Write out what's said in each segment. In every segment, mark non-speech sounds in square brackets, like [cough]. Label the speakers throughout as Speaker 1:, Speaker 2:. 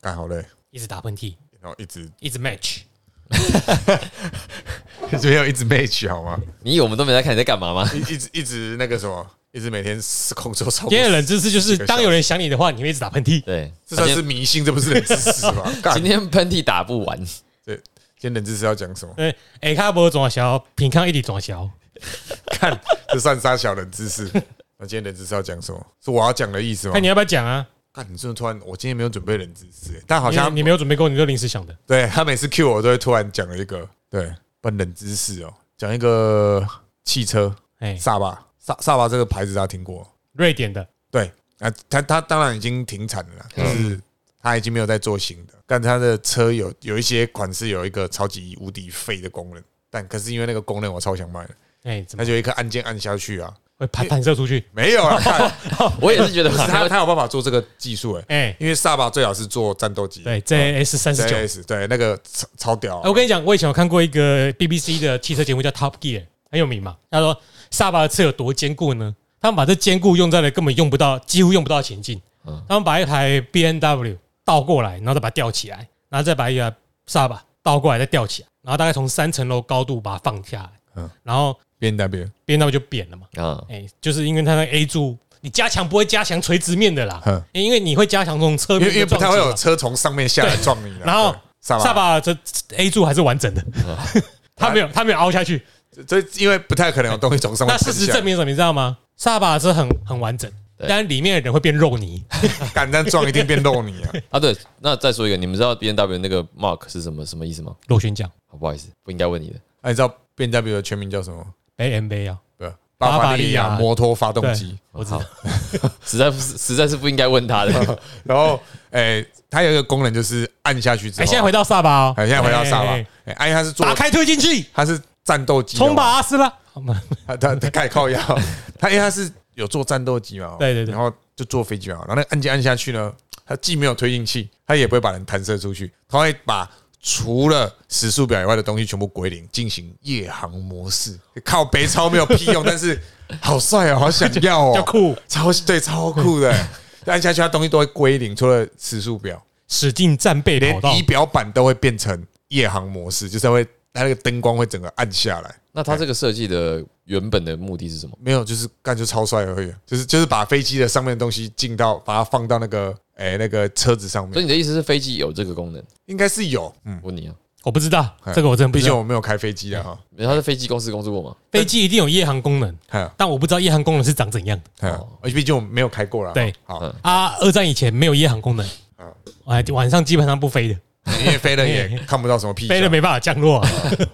Speaker 1: 干好累，
Speaker 2: 一直打喷嚏，
Speaker 1: 然后一 [laughs] 直
Speaker 2: 一直 match。
Speaker 1: 没有一直 match 好吗？
Speaker 3: 你以为我们都没在看你在干嘛
Speaker 1: [laughs]
Speaker 3: 吗？
Speaker 1: 一一直一直那个什么，一直每天空中超过
Speaker 2: 第二冷知识就
Speaker 1: 几
Speaker 2: 是
Speaker 1: 个，小
Speaker 2: 当
Speaker 1: 时
Speaker 2: 有人想你的话，你会一直打喷嚏。
Speaker 3: 对，
Speaker 1: 这算
Speaker 3: 今
Speaker 1: 是
Speaker 3: 天
Speaker 1: 迷信，这不是冷知识
Speaker 2: [laughs]
Speaker 1: 吧？干，
Speaker 3: 今天喷嚏打
Speaker 1: [laughs]
Speaker 3: 不完，
Speaker 1: 对，今天冷知识要讲什么？
Speaker 2: 对，哎，卡博转小，平康一直转小，
Speaker 1: 看，这算啥小冷知识？那今天冷知识要讲什么？是我要讲的意思吗
Speaker 2: 看？你要不要讲啊？
Speaker 1: 看，你真的突然，我今天没有准备冷知识，欸但好
Speaker 2: 你
Speaker 1: 像
Speaker 2: 你没有准备过，你就临时想的。
Speaker 1: 对他每次 Q 我都会突然讲了一个对，不然冷知识哦，讲一个汽车
Speaker 2: 哎，
Speaker 1: 萨巴萨萨巴这个牌子大家听过？
Speaker 2: 瑞典的，
Speaker 1: 对，啊，他他当然已经停产了啦，就是他已经没有在做新的，但他的车有有一些款式有一个超级无敌废的功能，但可是因为那个功能我超想买的，
Speaker 2: 哎，怎
Speaker 1: 那
Speaker 2: 么
Speaker 1: 就一个按键按下去啊，
Speaker 2: 会弹弹射出去？
Speaker 1: 没有啊，看
Speaker 3: 我也是觉得
Speaker 1: 不是他他有办法做这个技术哎，
Speaker 2: 哎，
Speaker 1: 因为萨巴最好是做战斗机，
Speaker 2: 对，JS 三十九。哦哎
Speaker 1: JS 对那个超超屌啊，
Speaker 2: 我跟你讲，我以前有看过一个 BBC 的汽车节目叫 Top Gear，很有名嘛。他说萨巴的车有多坚固呢？他们把这坚固用在了根本用不到、几乎用不到的前进
Speaker 3: 嗯。
Speaker 2: 他们把一台 B N W 倒过来，然后再把它吊起来，然后再把一台萨巴倒过来再吊起来，然后大概从三层楼高度把它放下来
Speaker 1: 嗯，
Speaker 2: 然后
Speaker 1: B N W，
Speaker 2: B N W 就扁了嘛。
Speaker 3: [laughs] 啊，
Speaker 2: 哎、就是因为它那个 A 柱，你加强不会加强垂直面的啦，
Speaker 1: 哼
Speaker 2: 因为你会加强从侧
Speaker 1: 嗯因
Speaker 2: 面
Speaker 1: 为因为
Speaker 2: 的
Speaker 1: 不
Speaker 2: 撞击
Speaker 1: 太
Speaker 2: 嘛，
Speaker 1: 会有车从上面下来撞你啦，
Speaker 2: 然后
Speaker 1: 对萨
Speaker 2: 下
Speaker 1: 巴
Speaker 2: 巴这 A 柱还是完整的，
Speaker 1: 哦
Speaker 2: [laughs] 它没有它没有凹下去。
Speaker 1: 所以因为不太可能有东西从上面
Speaker 2: [laughs] 那
Speaker 1: 喷
Speaker 2: 事实
Speaker 1: 下来
Speaker 2: 证，明什么？你知道吗？下巴是很很完整，
Speaker 3: 对
Speaker 2: 但里面的人会变肉
Speaker 1: [laughs]
Speaker 2: 泥。
Speaker 1: 敢这样撞一定变肉泥啊！
Speaker 3: 啊，对，那再说一个，你们知道 B N W 那个 mark 是什么什么意思吗？
Speaker 2: 螺旋桨
Speaker 3: 好，不好意思，不应该问你的。
Speaker 1: 那你知道 B N W 的全名叫什么？
Speaker 2: ，AMV 啊，
Speaker 1: 对吧，巴伐利亚
Speaker 2: 巴伐利亚
Speaker 1: 摩托发动
Speaker 2: 对
Speaker 1: 机。，
Speaker 2: 我知道。
Speaker 3: 实在不是，实在是不应该问
Speaker 1: [laughs]
Speaker 3: 他的。 [laughs]
Speaker 1: 然后，哎，它有一个功能就是按下去之
Speaker 2: 哎，
Speaker 1: 后，
Speaker 2: 现在回到下巴哦，
Speaker 1: 哎，现在回到萨巴啊
Speaker 2: 哎，哎
Speaker 1: 哎，哎，它是做
Speaker 2: 打开推进去，
Speaker 1: 它是战斗机的嘛，哦
Speaker 2: 冲吧阿斯拉。好吗
Speaker 1: 它！它它盖靠腰，它因为它是有做战斗机嘛，
Speaker 2: 对对对
Speaker 1: 然后就坐飞机嘛，然后那个按键按下去呢，它既没有推进器，它也不会把人弹射出去，它会把。除了时速表以外的东西全部归零，进行夜航模式。靠北超没有屁用，但是好帅哦，好想要
Speaker 2: [laughs]
Speaker 1: 哦，
Speaker 2: 比较酷，
Speaker 1: 超对超酷的，按下去它东西都会归零，除了时速表，
Speaker 2: 使劲战备
Speaker 1: 连
Speaker 2: 跑道
Speaker 1: 仪，表板都会变成夜航模式，就是它会它那个灯光会整个暗下来。
Speaker 3: 那他这个设计的原本的目的是什么？
Speaker 1: 没有，就是干就超帅而已，啊就是就是把飞机的上面的东西进到，把它放到那个哎、那个车子上
Speaker 3: 所
Speaker 1: 面，
Speaker 3: 以你的意思是飞机有这个功能？
Speaker 1: 应该是有，嗯，
Speaker 3: 问你啊，
Speaker 2: 我不知道
Speaker 1: 哎
Speaker 2: 这个我真的不
Speaker 1: 毕
Speaker 2: 知
Speaker 1: 竟
Speaker 2: 道。
Speaker 1: 我没有开飞机的哈，
Speaker 3: 因为他在飞机公司工作过嘛？
Speaker 2: 飞机一定有夜航功能，
Speaker 1: 哈
Speaker 2: 但我不知道夜航功能是长怎样的。
Speaker 1: 哈，而且毕竟我没有开过了，
Speaker 2: 哦对，
Speaker 1: 好，
Speaker 3: 嗯
Speaker 2: 啊，二战以前没有夜航功能，
Speaker 1: 嗯
Speaker 2: 哎，晚上基本上不飞的，
Speaker 1: 因为飞了
Speaker 2: [laughs]
Speaker 1: 也看不到什么屁，
Speaker 2: 飞了没办法降落、啊。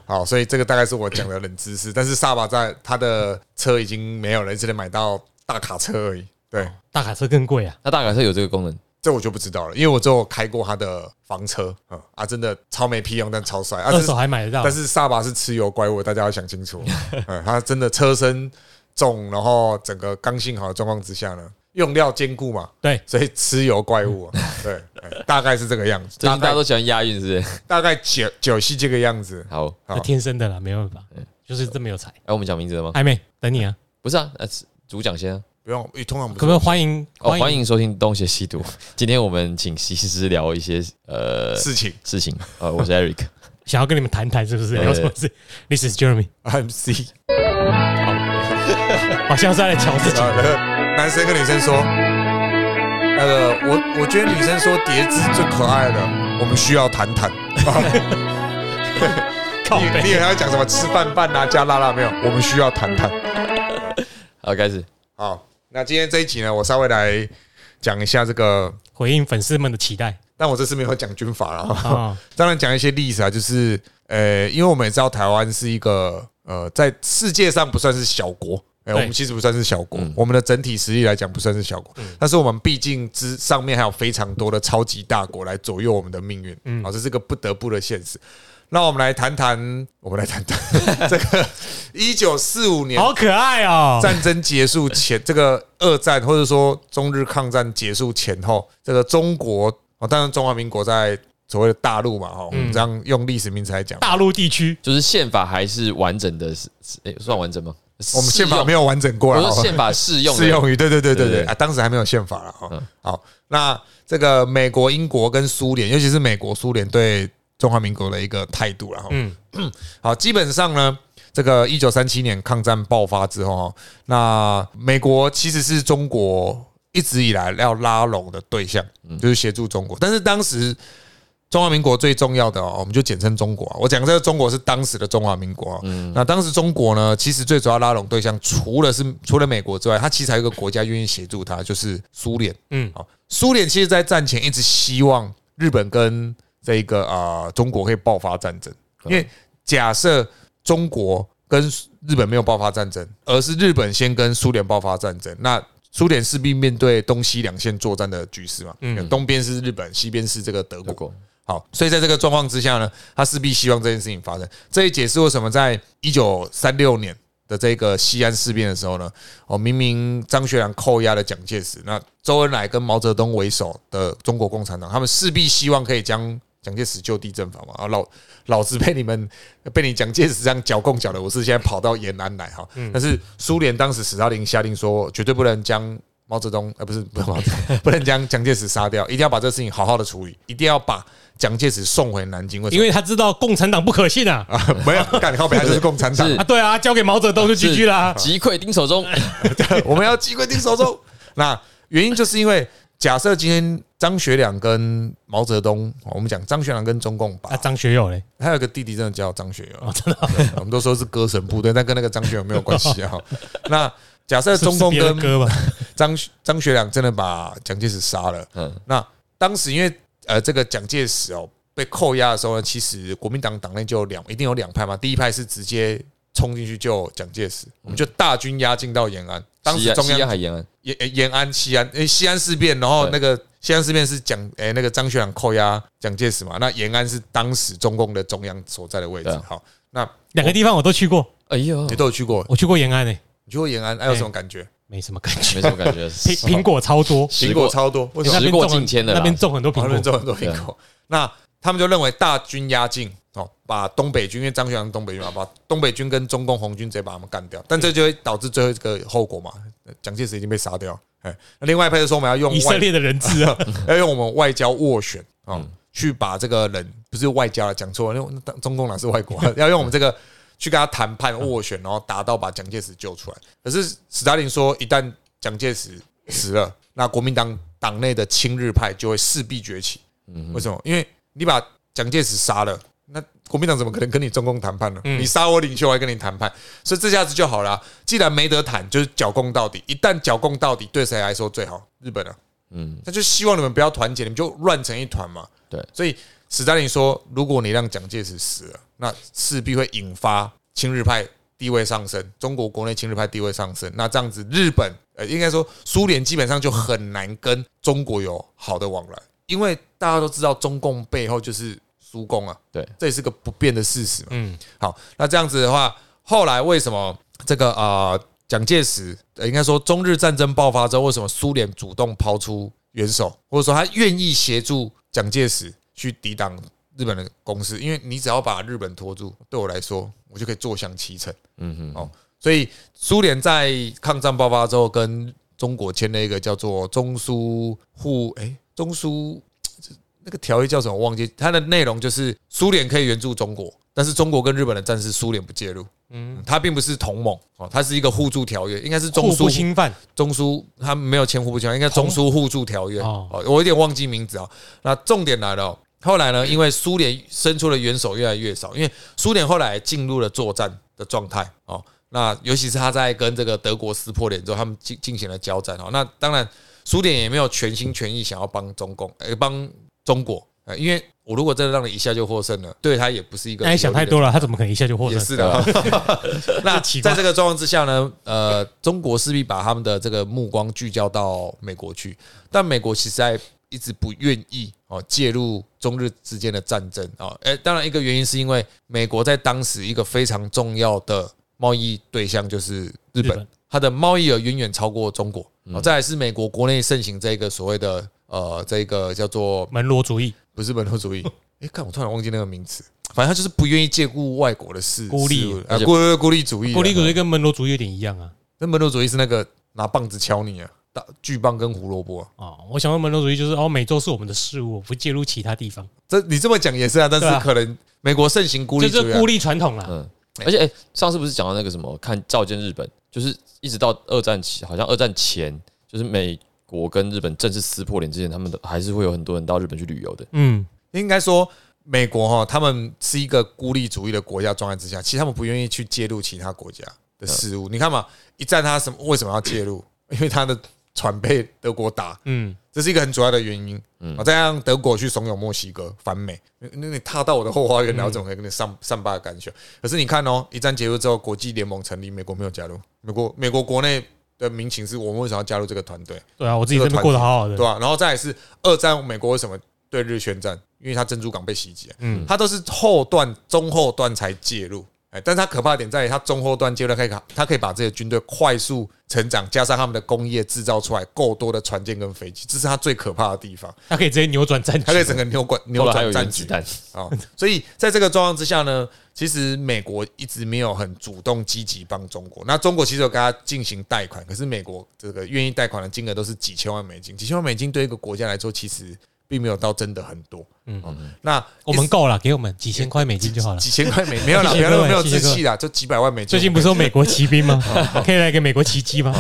Speaker 1: 好，所以这个大概是我讲的冷知识，但是萨巴在他的车已经没有了，只能买到大卡车而已，对，
Speaker 2: 大卡车更贵啊，
Speaker 3: 那大卡车有这个功能，
Speaker 1: 这我就不知道了，因为我只有开过他的房车，嗯啊，真的超没屁用，但超帅，啊，
Speaker 2: 二
Speaker 1: 这是
Speaker 2: 手还买得到
Speaker 1: 但。是萨巴是吃油怪物，大家要想清楚。嗯，它真的车身重，然后整个刚性好的状况之下呢，用料坚固嘛，
Speaker 2: 对，
Speaker 1: 所以吃油怪物、啊，对、哎大概是这个样子。
Speaker 3: 最
Speaker 1: 大
Speaker 3: 近大家
Speaker 1: 概
Speaker 3: 都喜欢押韵，是不
Speaker 1: [laughs]
Speaker 3: 是？
Speaker 1: 大概九九系这个样子。
Speaker 3: 好，
Speaker 1: 好
Speaker 2: 那天生的啦，没办法，
Speaker 3: 嗯
Speaker 2: 就是这么有才。
Speaker 3: 哎，我们讲名字了吗？
Speaker 2: 还没等你啊，
Speaker 3: 不是啊，呃，是主讲先啊。
Speaker 1: 不用，通常不
Speaker 2: 可不
Speaker 1: 是
Speaker 2: 可以欢迎
Speaker 3: 哦，欢
Speaker 2: 迎
Speaker 3: 迎收听《东邪西毒》。今天我们请西施聊一些呃
Speaker 1: 事情。
Speaker 3: 事情。呃，我是 Eric。
Speaker 2: 想要跟你们谈谈，是不是？
Speaker 3: 对
Speaker 2: 有什么事？This is Jeremy，
Speaker 1: 啊 [laughs] MC，
Speaker 2: 好像是在瞧
Speaker 1: [laughs]
Speaker 2: 自己。
Speaker 1: 男生跟女生说，那个我我觉得女生说叠字最可爱了，我们需要谈谈。 [laughs]
Speaker 2: 靠
Speaker 1: 你你以
Speaker 2: 背，
Speaker 1: 为他要讲什么吃饭饭啊加辣辣没有？我们需要谈谈。
Speaker 3: [laughs] 好，开始。
Speaker 1: 好，那今天这一集呢，我稍微来讲一下这个，
Speaker 2: 回应粉丝们的期待
Speaker 1: 但我这次没有讲军阀了，
Speaker 2: 啊！
Speaker 1: [laughs] 当然讲一些历史啊，就是呃，因为我们也知道台湾是一个呃，在世界上不算是小国。哎、我
Speaker 2: 对
Speaker 1: 们其实不算是小国，
Speaker 3: 嗯
Speaker 1: 我们的整体实力来讲不算是小国，但是我们毕竟之上面还有非常多的超级大国来左右我们的命运，嗯，好，这是个不得不的现实。那我们来谈谈，我们来谈谈 [laughs] 这个一九四五年
Speaker 2: 好可爱哦，
Speaker 1: 战争结束前，这个二战或者说中日抗战结束前后，这个中国哦，当然中华民国在所谓的大陆嘛，哈，我们这样用历史名词来讲，
Speaker 2: 大陆地区
Speaker 3: 就是宪法还是完整的，是是诶算完整吗？哦
Speaker 1: 我们宪法没
Speaker 3: 有，
Speaker 1: 有完整过
Speaker 3: 我
Speaker 1: 了，
Speaker 3: 说
Speaker 1: 好吧
Speaker 3: 宪法适用的
Speaker 1: 适用于对对对对
Speaker 3: 对
Speaker 1: 对
Speaker 3: 对
Speaker 1: 啊，当时还没有宪法了哈
Speaker 3: 嗯。
Speaker 1: 好，那这个美国、英国跟苏联，尤其是美国、苏联对中华民国的一个态度了哈。
Speaker 2: 嗯，
Speaker 1: [clears throat] 好，基本上呢，这个一九三七年抗战爆发之后哦，那美国其实是中国一直以来要拉拢的对象，
Speaker 3: 嗯
Speaker 1: 就是协助中国。但是当时中华民国最重要的哦，我们就简称中国啊。我讲这个中国是当时的中华民国、哦。那当时中国呢，其实最主要拉拢对象，除了是除了美国之外，它其实还有一个国家愿意协助它，就是苏联。
Speaker 2: 嗯
Speaker 1: 嗯，好，苏联其实在战前一直希望日本跟这个啊、呃中国可以爆发战争，因为假设中国跟日本没有爆发战争，而是日本先跟苏联爆发战争，那苏联势必面对东西两线作战的局势嘛，
Speaker 2: 嗯
Speaker 1: 嗯，东边是日本，西边是这个德
Speaker 3: 德
Speaker 1: 国，
Speaker 3: 国，
Speaker 1: 好，所以在这个状况之下呢，他势必希望这件事情发生。这也解释为什么在一九三六年的这个西安事变的时候呢，哦，明明张学良扣押了蒋介石，那周恩来跟毛泽东为首的中国共产党，他们势必希望可以将蒋介石就地正法嘛。啊，老老子被你们被你蒋介石这样剿共剿的，我是现在跑到延安来哈。但是苏联当时史达林下令说，绝对不能将毛泽东，呃，不是不是毛泽东， [laughs] 不能将蒋介石杀掉，一定要把这事情好好的处理，一定要把蒋介石送回南京。为什
Speaker 2: 因
Speaker 1: 么？
Speaker 2: 为他知道共产党不可信啊，
Speaker 1: 啊 [laughs] 没有，干靠北，他就是共产党
Speaker 3: 是
Speaker 2: 啊，对啊，交给毛泽东就 GG
Speaker 1: 啊
Speaker 2: 啦。
Speaker 3: 击溃丁守中，
Speaker 1: 哎 [laughs] 我们要击溃丁守
Speaker 2: [laughs]
Speaker 1: 中。那原因就是因为，假设今天张学良跟毛泽东，我们讲张学良跟中共吧
Speaker 2: 啊，，张学友嘞，
Speaker 1: 还有一个弟弟真的叫张学友
Speaker 2: 哦，，真的啊
Speaker 1: 对 [laughs] 我们都说是歌神部队，但跟那个张学友没有关系
Speaker 2: [laughs]
Speaker 1: 啊。那假设
Speaker 2: 是不
Speaker 1: 中共
Speaker 2: 哦是别的
Speaker 1: 跟
Speaker 2: 歌吧？
Speaker 1: 张张学良真的把蒋介石杀了。
Speaker 3: 嗯
Speaker 1: 那当时因为呃，这个蒋介石哦被扣押的时候呢，其实国民党党内就有两一定有两派嘛。第一派是直接冲进去救蒋介石，我们就大军压境到延安。当
Speaker 3: 西
Speaker 1: 时
Speaker 2: 啊
Speaker 3: 安
Speaker 1: 中
Speaker 3: 西安
Speaker 1: 央
Speaker 3: 还啊延安，
Speaker 1: 延延安西安，诶西安事变，然后
Speaker 3: 对
Speaker 1: 那个西安事变是蒋诶、那个张学良扣押蒋介石嘛。那延安是当时中共的中央所在的位置
Speaker 3: 对啊。
Speaker 1: 好，那
Speaker 2: 两个地方我都去过，
Speaker 3: 哎呦，
Speaker 1: 你都有去过，
Speaker 2: 我去过延安诶，
Speaker 1: 你去过延安，还有什么感觉？
Speaker 2: 没什么感
Speaker 3: 没
Speaker 1: [laughs]
Speaker 2: 觉，
Speaker 3: 什么感觉，
Speaker 2: 苹
Speaker 3: [laughs]
Speaker 2: 苹果超多，
Speaker 1: 苹果超多，为什么？
Speaker 2: 那边
Speaker 3: 时过
Speaker 2: 种很
Speaker 3: 境迁了啦
Speaker 2: 那边种很多
Speaker 1: 旁
Speaker 2: 苹
Speaker 1: 边
Speaker 2: 果，
Speaker 1: 做很多苹果。那他们就认为大军压境，哦，把东北军，因为张学良是东北军嘛，把东北军跟中共红军直接把他们干掉，但这就会导致最后一个后果嘛，呃蒋介石已经被杀掉。哎，那另外一派就说我们要用
Speaker 2: 以色
Speaker 1: 外
Speaker 2: 列的人质啊，
Speaker 1: 要用我们外交斡旋啊、哦去把这个人不是外交了，讲错了，因为当中共哪是外国啊，要用我们这个去跟他谈判斡旋，然后达到把蒋介石救出来。可是斯大林说，一旦蒋介石死了，那国民党党内的亲日派就会势必崛起。为什么？因为你把蒋介石杀了，那国民党怎么可能跟你中共谈判呢？你杀我领袖，我还跟你谈判，所以这下子就好了啊、既然没得谈，就是剿共到底。一旦剿共到底，对谁来说最好？日本啊，
Speaker 3: 嗯，
Speaker 1: 他就希望你们不要团结，你们就乱成一团嘛。
Speaker 3: 对
Speaker 1: 所以史丹林说，如果你让蒋介石死了，那势必会引发亲日派地位上升，中国国内亲日派地位上升。那这样子，日本呃，应该说苏联基本上就很难跟中国有好的往来，因为大家都知道中共背后就是苏共啊，
Speaker 3: 对，
Speaker 1: 这也是个不变的事实嘛。啊
Speaker 2: 嗯，
Speaker 1: 好，那这样子的话，后来为什么这个啊蒋介石，呃应该说中日战争爆发之后，为什么苏联主动抛出援手，或者说他愿意协助蒋介石去抵挡日本的攻势？因为你只要把日本拖住，对我来说，我就可以坐享其成。
Speaker 3: 嗯哼，
Speaker 1: 哦，所以苏联在抗战爆发之后，跟中国签了一个叫做中苏互哎、中苏这那个条约叫什么我忘记，它的内容就是苏联可以援助中国，但是中国跟日本的战事苏联不介入，嗯，它并不是同盟哦，它是一个互助条约，应该是中
Speaker 2: 互
Speaker 1: 苏
Speaker 2: 不侵犯，
Speaker 1: 中苏他们没有签互不签，应该中苏互助条约。
Speaker 2: 哦
Speaker 1: 哦，我有点忘记名字啊、那重点来了哦、后来呢，因为苏联伸出的援手越来越少，因为苏联后来进入了作战的状态哦。那尤其是他在跟这个德国撕破脸之后，他们进进行了交战哦。那当然，苏联也没有全心全意想要帮中共，呃，帮中国，呃，因为我如果真的让你一下就获胜了，对他也不是一个。
Speaker 2: 那你想太多了，他怎么可能一下就获
Speaker 1: 也
Speaker 2: 胜？
Speaker 1: 是的。啊 [laughs] 那
Speaker 2: 奇怪
Speaker 1: 在这个状况之下呢，呃，中国势必把他们的这个目光聚焦到美国去，但美国其实在一直不愿意哦介入中日之间的战争啊。哎、当然一个原因是因为美国在当时一个非常重要的贸易对象就是日
Speaker 2: 日
Speaker 1: 本
Speaker 2: 本，
Speaker 1: 它的贸易额远远超过中国。哦，再来是美国国内盛行这个所谓的呃，这个叫做
Speaker 2: 门罗主义，
Speaker 1: 不是本土主义， [laughs] 哎，看我突然忘记那个名词，反正他就是不愿意借顾外国的事，
Speaker 2: 孤立
Speaker 1: 事物
Speaker 3: 而
Speaker 1: 啊，
Speaker 3: 且
Speaker 1: 孤孤立主义啊，
Speaker 2: 玻璃主义跟门罗主义有点一样啊。
Speaker 1: 那门罗主义是那个拿棒子敲你啊，大巨棒跟胡萝卜啊、
Speaker 2: 哦，我想到门罗主义就是哦，美洲是我们的事物，我不介入其他地方，
Speaker 1: 这你这么讲也是啊，但
Speaker 2: 对啊
Speaker 1: 是可能美国盛行孤
Speaker 2: 就
Speaker 1: 立主
Speaker 2: 是
Speaker 1: 义、啊
Speaker 2: 孤，立传统啦。
Speaker 3: 嗯，而且哎、上次不是讲到那个什么看照见日本，就是一直到二战起，好像二战前就是美国跟日本正式撕破脸之前，他们的还是会有很多人到日本去旅游的。
Speaker 2: 嗯，
Speaker 1: 应该说美国哈，他们是一个孤立主义的国家状态之下，其实他们不愿意去介入其他国家的事
Speaker 2: 嗯
Speaker 1: 务。你看嘛，一战他什么为什么要介入？因为他的船被德国打，
Speaker 2: 嗯，
Speaker 1: 这是一个很主要的原因。嗯，再让德国去怂恿墨西哥反美，那那你踏到我的后花园，然后怎么可以跟你上上吧干涉？可是你看哦，一战结束之后，国际联盟成立，美国没有加入，美国美国国内的民情是我们为什么要加入这个团队，
Speaker 2: 对啊，我自己这边过得好好的
Speaker 1: 对，啊吧、然后再来是二战，美国为什么对日宣战？因为他珍珠港被袭击啊，
Speaker 2: 嗯
Speaker 1: 他都是后段中后段才介入。哎，但是他可怕的点在于，他中后段阶段可以，他可以把这些军队快速成长，加上他们的工业制造出来够多的船舰跟飞机，这是他最可怕的地方。
Speaker 2: 他可以直接扭转战局
Speaker 1: 他。可以整个扭转
Speaker 3: 后
Speaker 1: 扭
Speaker 3: 来还有
Speaker 1: 转战
Speaker 3: 原子
Speaker 1: 局
Speaker 3: 弹，
Speaker 1: 啊、所以在这个状况之下呢，其实美国一直没有很主动积极帮中国。那中国其实有跟他进行贷款，可是美国这个愿意贷款的金额都是几千万美金，几千万美金对一个国家来说其实并没有到真的很多。
Speaker 2: 嗯
Speaker 1: 嗯，那
Speaker 2: 我们够了，给我们几千块美金就好 [laughs] 了。
Speaker 1: 几千块美没有啦，不
Speaker 2: 谢谢
Speaker 1: 要那么没有
Speaker 2: 各位谢谢
Speaker 1: 志
Speaker 2: 各位
Speaker 1: 气啦，就几百万美金。
Speaker 2: 最近不是有美国骑
Speaker 1: [laughs]
Speaker 2: 兵吗？
Speaker 1: 哦
Speaker 2: 可以来个美国骑机吗？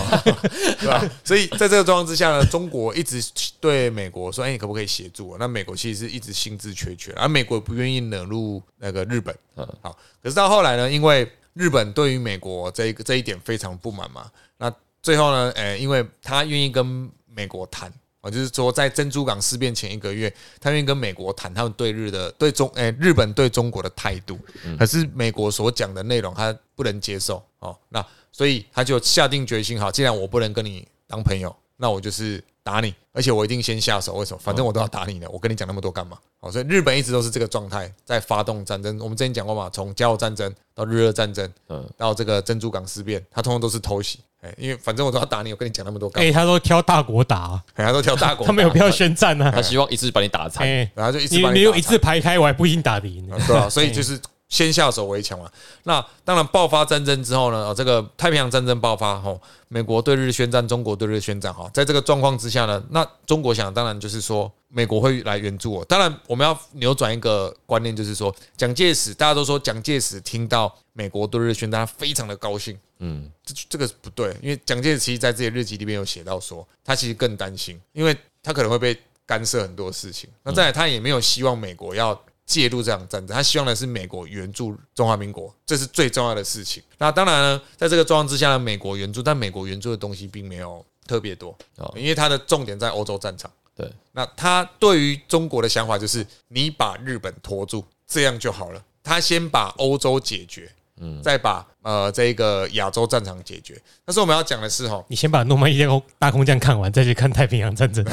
Speaker 1: 对吧？所以在这个状况之下呢，中国一直对美国说：“哎、你可不可以协助我？”那美国其实是一直兴致缺缺，而美国不愿意惹入那个日本。
Speaker 3: 嗯
Speaker 1: 好，可是到后来呢，因为日本对于美国这一个这一点非常不满嘛，那最后呢，呃、因为他愿意跟美国谈。啊，就是说，在珍珠港事变前一个月，他愿意跟美国谈他们对日的、对中、哎、日本对中国的态度，可是美国所讲的内容他不能接受哦，那所以他就下定决心，好，既然我不能跟你当朋友，那我就是打你，而且我一定先下手。为什么？反正我都要打你了，我跟你讲那么多干嘛？哦，所以日本一直都是这个状态，在发动战争。我们之前讲过嘛，从甲午战争到日俄战争，
Speaker 3: 嗯
Speaker 1: 嗯，到这个珍珠港事变，他通通都是偷袭。哎，因为反正我都要打你，我跟你讲那么多干嘛？
Speaker 2: 哎，他都挑大国打啊，
Speaker 1: 哎他都挑大国，
Speaker 2: 他没有必要宣战
Speaker 1: 哎
Speaker 2: 啊。
Speaker 3: 他希望一次把你打残。
Speaker 2: 哎，
Speaker 1: 哦然后就一直
Speaker 2: 你
Speaker 1: 把
Speaker 2: 你
Speaker 1: 打
Speaker 2: 有一
Speaker 1: 残
Speaker 2: 字排开，我还不一定打得赢
Speaker 1: 啊
Speaker 2: 呢。
Speaker 1: 对啊，所以就是先下手为强嘛。那当然爆发战争之后呢，哦，这个太平洋战争爆发吼，美国对日宣战，中国对日宣战哈，在这个状况之下呢，那中国想当然就是说美国会来援助我。当然我们要扭转一个观念，就是说蒋介石，大家都说蒋介石听到美国对日宣战，他非常的高兴。
Speaker 3: 嗯，
Speaker 1: 这这个是不对，因为蒋介石其实在自己的日记里面有写到说，他其实更担心，因为他可能会被干涉很多事情。那再来，他也没有希望美国要介入这场战争，他希望的是美国援助中华民国，这是最重要的事情。那当然呢，在这个状况之下呢，美国援助，但美国援助的东西并没有特别多
Speaker 3: 哦，
Speaker 1: 因为它的重点在欧洲战场。
Speaker 3: 对，
Speaker 1: 那他对于中国的想法就是，你把日本拖住，这样就好了。他先把欧洲解决，嗯，再把呃这个亚洲战场解决。但是我们要讲的是，哈，
Speaker 2: 你先把诺曼底大空降看完，再去看太平洋战争。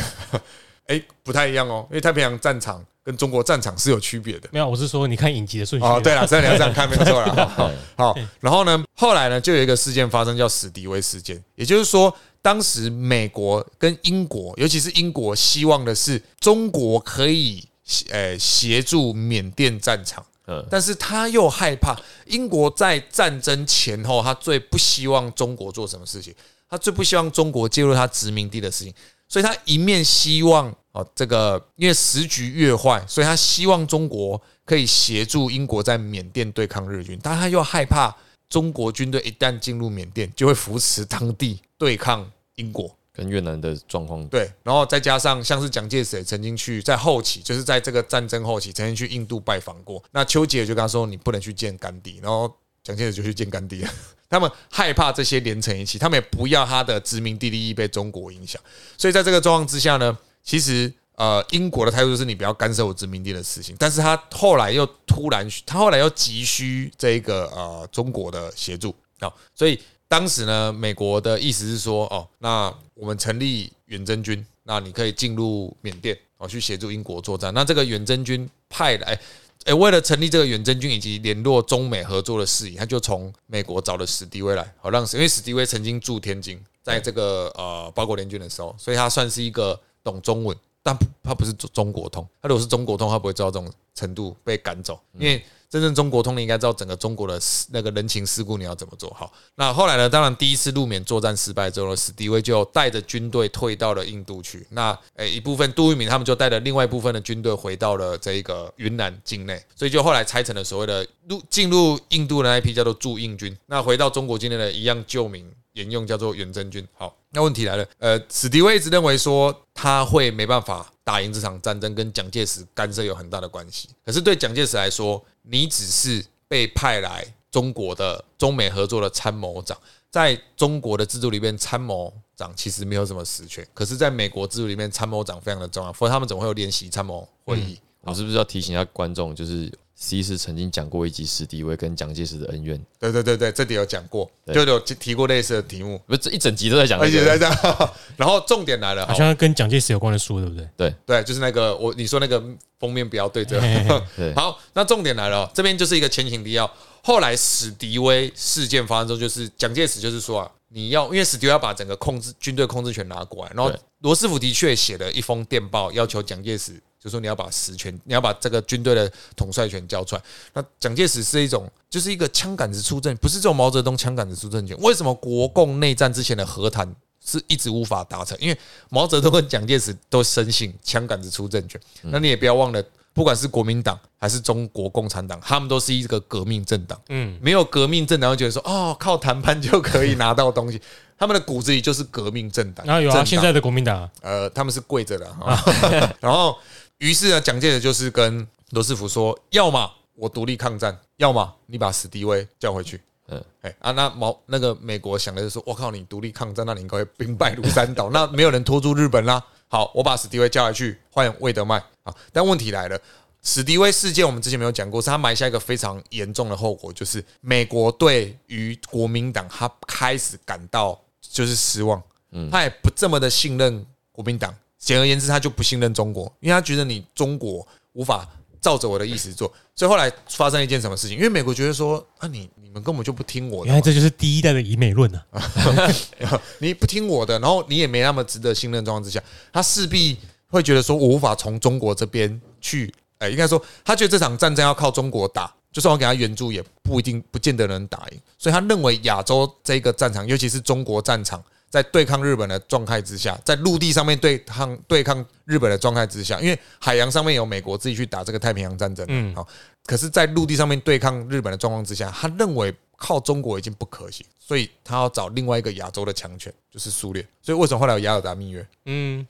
Speaker 1: 哎，不太一样哦，因为太平洋战场跟中国战场是有区别的。
Speaker 2: 没有，我是说你看影集的顺序。
Speaker 1: 哦，对了，真的要这样看没有
Speaker 2: [laughs]
Speaker 1: 错了。哈
Speaker 3: 好，
Speaker 1: 好，然后呢，后来呢，就有一个事件发生，叫史迪威事件。也就是说，当时美国跟英国，尤其是英国，希望的是中国可以呃协助缅甸战场。
Speaker 3: 嗯
Speaker 1: 但是他又害怕英国在战争前后，他最不希望中国做什么事情，他最不希望中国介入他殖民地的事情，所以他一面希望哦，这个因为时局越坏，所以他希望中国可以协助英国在缅甸对抗日军，但他又害怕中国军队一旦进入缅甸，就会扶持当地对抗英国。
Speaker 3: 跟越南的状况，
Speaker 1: 对，然后再加上像是蒋介石也曾经去在后期，就是在这个战争后期，曾经去印度拜访过。那丘吉尔就跟他说：“你不能去见甘地。”然后蒋介石就去见甘地了。 [laughs] 他们害怕这些连成一起，他们也不要他的殖民地利益被中国影响。所以在这个状况之下呢，其实呃，英国的态度就是你不要干涉我殖民地的事情，但是他后来又突然，他后来又急需这一个呃中国的协助好，所以当时呢，美国的意思是说，哦，那我们成立远征军，那你可以进入缅甸哦，去协助英国作战。那这个远征军派来。诶，为了成立这个远征军以及联络中美合作的事宜，他就从美国找了史迪威来，好让因为史迪威曾经驻天津，在这个呃八国联军的时候，所以他算是一个懂中文、但不它不是中中国通，它如果是中国通，它不会做到这种程度被赶走，因为真正中国通，你应该知道整个中国的事那个人情世故你要怎么做好。那后来呢？当然，第一次路缅作战失败之后呢，史迪威就带着军队退到了印度去。那诶、一部分杜聿明他们就带着另外一部分的军队回到了这一个云南境内，所以就后来拆成了所谓的入进入印度的那一批叫做驻印军。那回到中国境内的一样旧名沿用叫做远征军。好，那问题来了，呃，史迪威一直认为说他会没办法打赢这场战争，跟蒋介石干涉有很大的关系。可是对蒋介石来说，你只是被派来中国的中美合作的参谋长，在中国的制度里面，参谋长其实没有什么实权，可是在美国制度里面，参谋长非常的重要，否则他们怎么会有联席参谋会议？
Speaker 3: 我是不是要提醒一下观众，就是 C 是曾经讲过一集史迪威跟蒋介石的恩怨，
Speaker 1: 对对对对，这里有讲过，
Speaker 3: 对
Speaker 1: 就有提过类似的题目，
Speaker 3: 不是这一整集都在讲、
Speaker 1: 而
Speaker 3: 那
Speaker 1: 且哦在
Speaker 3: 个。
Speaker 1: 这样， [laughs] 然后重点来
Speaker 3: [laughs]
Speaker 1: 了，
Speaker 2: 好像跟蒋介石有关的书，对不对？
Speaker 3: 对，
Speaker 1: 对，就是那个我你说那个封面不要对着 [laughs]
Speaker 2: 嘿嘿。
Speaker 3: 对
Speaker 1: 好，那重点来了哦，这边就是一个前情提要。后来史迪威事件发生之后，就是蒋介石就是说啊，你要因为史迪威要把整个控制军队控制权拿过来，然后
Speaker 3: 对
Speaker 1: 罗斯福的确写了一封电报，要求蒋介石就说你要把实权，你要把这个军队的统帅权交出来。那蒋介石是一种，就是一个枪杆子出政，不是这种毛泽东枪杆子出政权。为什么国共内战之前的和谈是一直无法达成？因为毛泽东跟蒋介石都深信枪杆子出政权。
Speaker 2: 嗯
Speaker 1: 那你也不要忘了，不管是国民党还是中国共产党，他们都是一个革命政党。
Speaker 2: 嗯，
Speaker 1: 没有革命政党会觉得说，哦，靠谈判就可以拿到东西。 [laughs] 他们的骨子里就是革命政党。
Speaker 2: 然后有
Speaker 1: 政
Speaker 2: 啊，
Speaker 1: 党
Speaker 2: 现在啊的国民党啊，
Speaker 1: 呃，他们是跪着的哈。 [laughs] 然后，于是呢，蒋介石就是跟罗斯福说，要么我独立抗战，要么你把史迪威叫回去。嗯
Speaker 3: 嗯，
Speaker 1: 哎啊，那毛那个美国想的就是说，我靠，你独立抗战，那你应该会兵败如山倒，那没有人拖住日本啦。好，我把史迪威叫回去，换魏德迈啊。但问题来了。史迪威事件，我们之前没有讲过，是他埋下一个非常严重的后果，就是美国对于国民党，他开始感到就是失望，他也不这么的信任国民党。简而言之，他就不信任中国，因为他觉得你中国无法照着我的意思做。所以后来发生一件什么事情？因为美国觉得说啊，你你们根本就不听我的
Speaker 2: 原
Speaker 1: 嘛
Speaker 2: 来，这就是第一代的以美论啊。
Speaker 1: [laughs] 你不听我的，然后你也没那么值得信任的状况之下，他势必会觉得说我无法从中国这边去，哎、应该说他觉得这场战争要靠中国打，就算我给他援助，也不一定不见得能打赢，所以他认为亚洲这个战场，尤其是中国战场。在对抗日本的状态之下，在陆地上面对抗对抗日本的状态之下，因为海洋上面有美国自己去打这个太平洋战争，嗯，好，可是，在陆地上面对抗日本的状况之下，他认为靠中国已经不可行，所以他要找另外一个亚洲的强权，就是苏联。所以为什么后来有雅尔达密约？
Speaker 2: 嗯，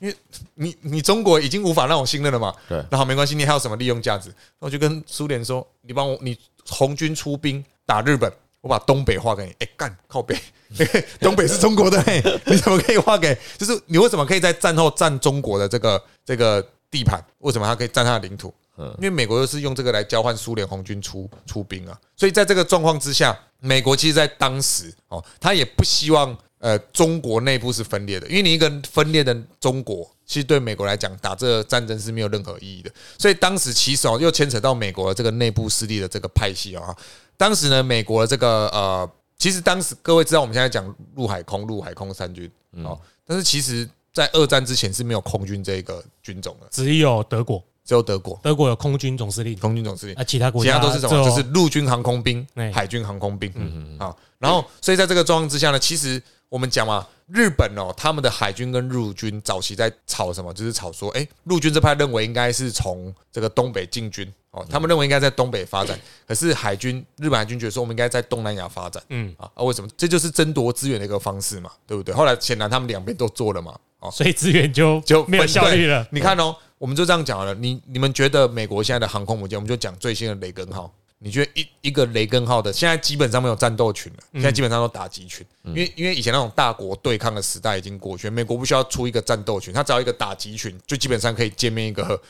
Speaker 1: 你你中国已经无法让我信任了嘛？
Speaker 3: 对
Speaker 1: 那好，没关系，你还有什么利用价值？那我就跟苏联说，你帮我，你红军出兵打日本，我把东北划给你。哎、干靠北， [laughs] 东北是中国的、嘿，你怎么可以划给？就是你为什么可以在战后占中国的这个这个地盘？为什么他可以占他的领土？因为美国就是用这个来交换苏联红军出出兵啊，所以在这个状况之下，美国其实在当时哦，他也不希望呃中国内部是分裂的，因为你一个分裂的中国，其实对美国来讲打这个战争是没有任何意义的，所以当时其实哦又牵扯到美国的这个内部势力的这个派系啊、当时呢，美国的这个呃，其实当时各位知道我们现在讲陆海空、陆海空三军哦，但是其实在二战之前是没有空军这个军种的，
Speaker 2: 只有德国，
Speaker 1: 只有德国
Speaker 2: 德国有空军总司令，
Speaker 1: 空军总司令。
Speaker 2: 啊，其他国
Speaker 1: 其
Speaker 2: 家
Speaker 1: 他都是什
Speaker 2: 只有
Speaker 1: 么？就是陆军航空兵、
Speaker 2: 哎
Speaker 1: 海军航空兵。嗯好，然后所以在这个状况之下呢，其实我们讲嘛，日本哦，他们的海军跟陆军早期在吵什么？就是吵说，哎，陆军这派认为应该是从这个东北进军哦，他们认为应该在东北发展，可是海军日本海军觉得说我们应该在东南亚发展。
Speaker 2: 嗯，
Speaker 1: 啊啊，为什么？这就是争夺资源的一个方式嘛，对不对？后来显然他们两边都做了嘛。哦，
Speaker 2: 所以资源就
Speaker 1: 就
Speaker 2: 没有
Speaker 1: 分
Speaker 2: 效率
Speaker 1: 对
Speaker 2: 了。
Speaker 1: 你看哦，我们就这样讲好了。你你们觉得美国现在的航空母舰，我们就讲最新的雷根号。你觉得一一个雷根号的现在基本上没有战斗群了，
Speaker 2: 嗯
Speaker 1: 现在基本上都打击群，因为因为以前那种大国对抗的时代已经过去，美国不需要出一个战斗群，它只要一个打击群，就基本上可以歼灭一个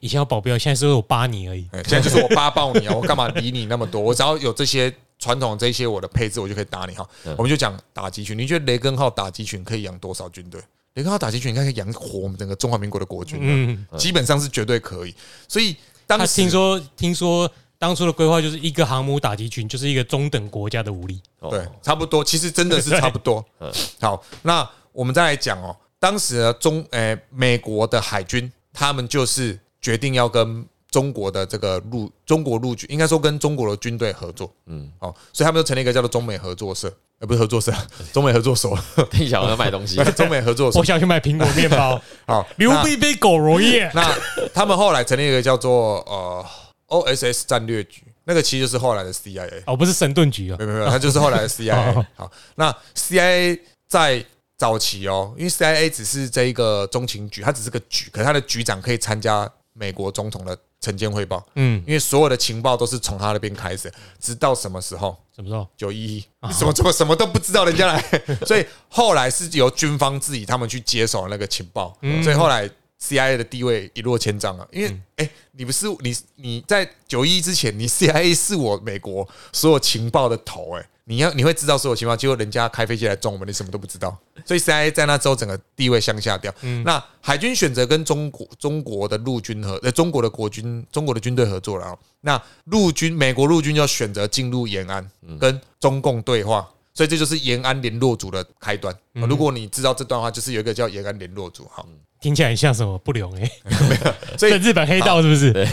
Speaker 2: 以前有保镖，现在是有巴尼而已。
Speaker 1: 哎现在就是我八爆你啊，我干嘛理你那么多？我只要有这些传统这些我的配置，我就可以打你哈。
Speaker 2: 嗯
Speaker 1: 我们就讲打击群，你觉得雷根号打击群可以养多少军队？雷根号打击群应该可以养活我们整个中华民国的国军的，
Speaker 2: 嗯，
Speaker 1: 基本上是绝对可以。所以当
Speaker 2: 他
Speaker 1: 时
Speaker 2: 听说听说当初的规划就是一个航母打击群，就是一个中等国家的武力。
Speaker 3: 哦
Speaker 1: 对，差不多，其实真的是差不多。呃好，那我们再来讲哦，当时呢中诶、美国的海军他们就是决定要跟中国的这个陆中国陆军，应该说跟中国的军队合作，嗯，哦，所以他们就成立一个叫做中美合作社，呃，不是合作社，中美合作所， [laughs]
Speaker 3: 听起来好像卖东西。
Speaker 1: 中美合作所
Speaker 2: [laughs] 我，想去买苹果面包，
Speaker 1: [laughs] 好，
Speaker 2: 留
Speaker 1: 那
Speaker 2: 一杯狗肉液。
Speaker 1: 那他们后来成立一个叫做呃 OSS 战略局，那个其实就是后来的 CIA，
Speaker 2: 哦，不是神盾局啊
Speaker 1: 没，有没有，没有它就是后
Speaker 2: [laughs]
Speaker 1: 来的 CIA
Speaker 2: 哦。
Speaker 1: 好，那 CIA 在早期哦，因为 CIA 只是这一个中情局，它只是个局，可是它的局长可以参加美国总统的晨间汇报，
Speaker 2: 嗯，
Speaker 1: 因为所有的情报都是从他那边开始，直到什么时候？
Speaker 2: 什么时候？
Speaker 1: 九一一，你 [laughs] 怎么怎么什么都不知道，人家来， [laughs] 所以后来是由军方自己他们去接手那个情报，所以后来 CIA 的地位一落千丈啊。因为哎、你不是你你在九一一之前，你 CIA 是我美国所有情报的头哎、你要你会知道所有情报，结果人家开飞机来撞我们，你什么都不知道，所以 CIA 在那之后整个地位向下掉。那海军选择跟中国中国的陆军和呃中国的国军中国的军队合作了啊。那陆军美国陆军就选择进入延安跟中共对话，所以这就是延安联络组的开端。呃如果你知道这段话，就是有一个叫延安联络组哈。
Speaker 2: 听起来很像什么不良
Speaker 1: [laughs]
Speaker 2: 哎， [laughs]
Speaker 1: 所以
Speaker 2: 这日本黑道是不是？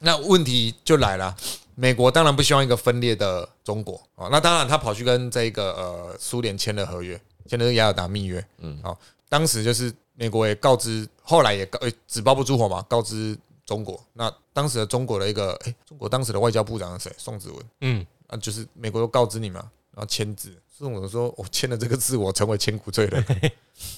Speaker 1: 那问题就来了，美国当然不希望一个分裂的中国啊、哦。那当然，他跑去跟这个呃苏联签了合约，签了雅尔达密约。嗯，好、当时就是美国也告知，后来也告，呃纸包不住火嘛，告知中国。那当时的中国的一个，哎、中国当时的外交部长是谁？宋子文。
Speaker 2: 嗯，
Speaker 1: 啊，就是美国又告知你嘛，然后签字。宋子文说：“我签了这个字，我成为千古罪人。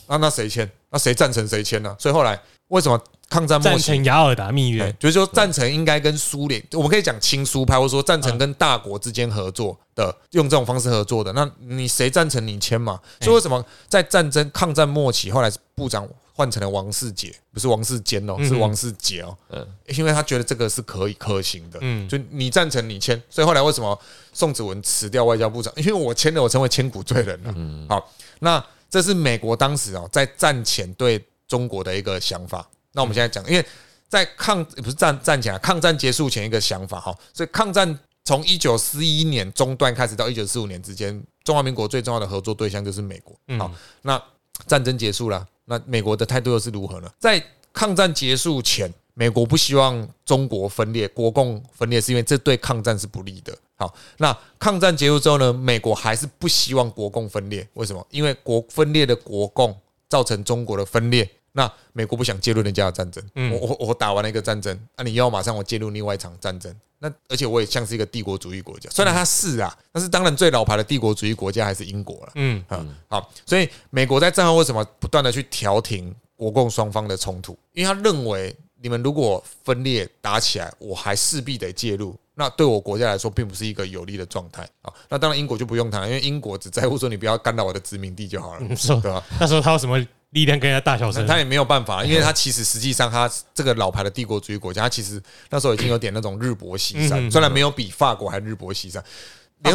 Speaker 1: 那那谁签？那谁赞成谁签呢？所以后来为什么抗战末
Speaker 2: 赞
Speaker 1: 期
Speaker 2: 成雅尔达密
Speaker 1: 对
Speaker 2: 约，，
Speaker 1: 就是说赞成应该跟苏联，我们可以讲亲苏派，或者说赞成跟大国之间合作的，用这种方式合作的。那你谁赞成你签嘛？所以为什么在战争抗战末期，后来部长换成了王世杰，不是王世坚哦，是
Speaker 2: 嗯
Speaker 1: 王世杰哦，
Speaker 3: 嗯
Speaker 1: 因为他觉得这个是可以可行的，
Speaker 2: 嗯
Speaker 1: 就你赞成你签。所以后来为什么宋子文辞掉外交部长？因为我签了，我成为千古罪人了。好，那这是美国当时哦在战前对中国的一个想法。那我们现在讲，因为在抗不是战战前、啊，抗战结束前一个想法哈，所以抗战从一九四一年中段开始到一九四五年之间，中华民国最重要的合作对象就是美国。好，那战争结束了，那美国的态度又是如何呢？在抗战结束前，美国不希望中国分裂、国共分裂，是因为这对抗战是不利的。好，那抗战结束之后呢，美国还是不希望国共分裂，为什么？因为国分裂的国共造成中国的分裂。那美国不想介入人家的战争，我我我打完了一个战争，啊，你要马上我介入另外一场战争，那而且我也像是一个帝国主义国家，虽然它是啊，但是当然最老牌的帝国主义国家还是英国了，
Speaker 2: 嗯，
Speaker 1: 嗯，好，所以美国在战后为什么不断的去调停国共双方的冲突？因为他认为你们如果分裂打起来，我还势必得介入，那对我国家来说并不是一个有利的状态啊。那当然英国就不用谈了，因为英国只在乎说你不要干扰我的殖民地就好了，
Speaker 2: [laughs] 是
Speaker 1: 对吧？
Speaker 2: 那时候他有什么力量跟人家大小
Speaker 1: 那
Speaker 2: 声？
Speaker 1: 他也没有办法，因为他其实实际上他这个老牌的帝国主义国家，他其实那时候已经有点那种日薄西山，
Speaker 2: 嗯
Speaker 1: 虽然没有比法国还日薄西山。
Speaker 2: 联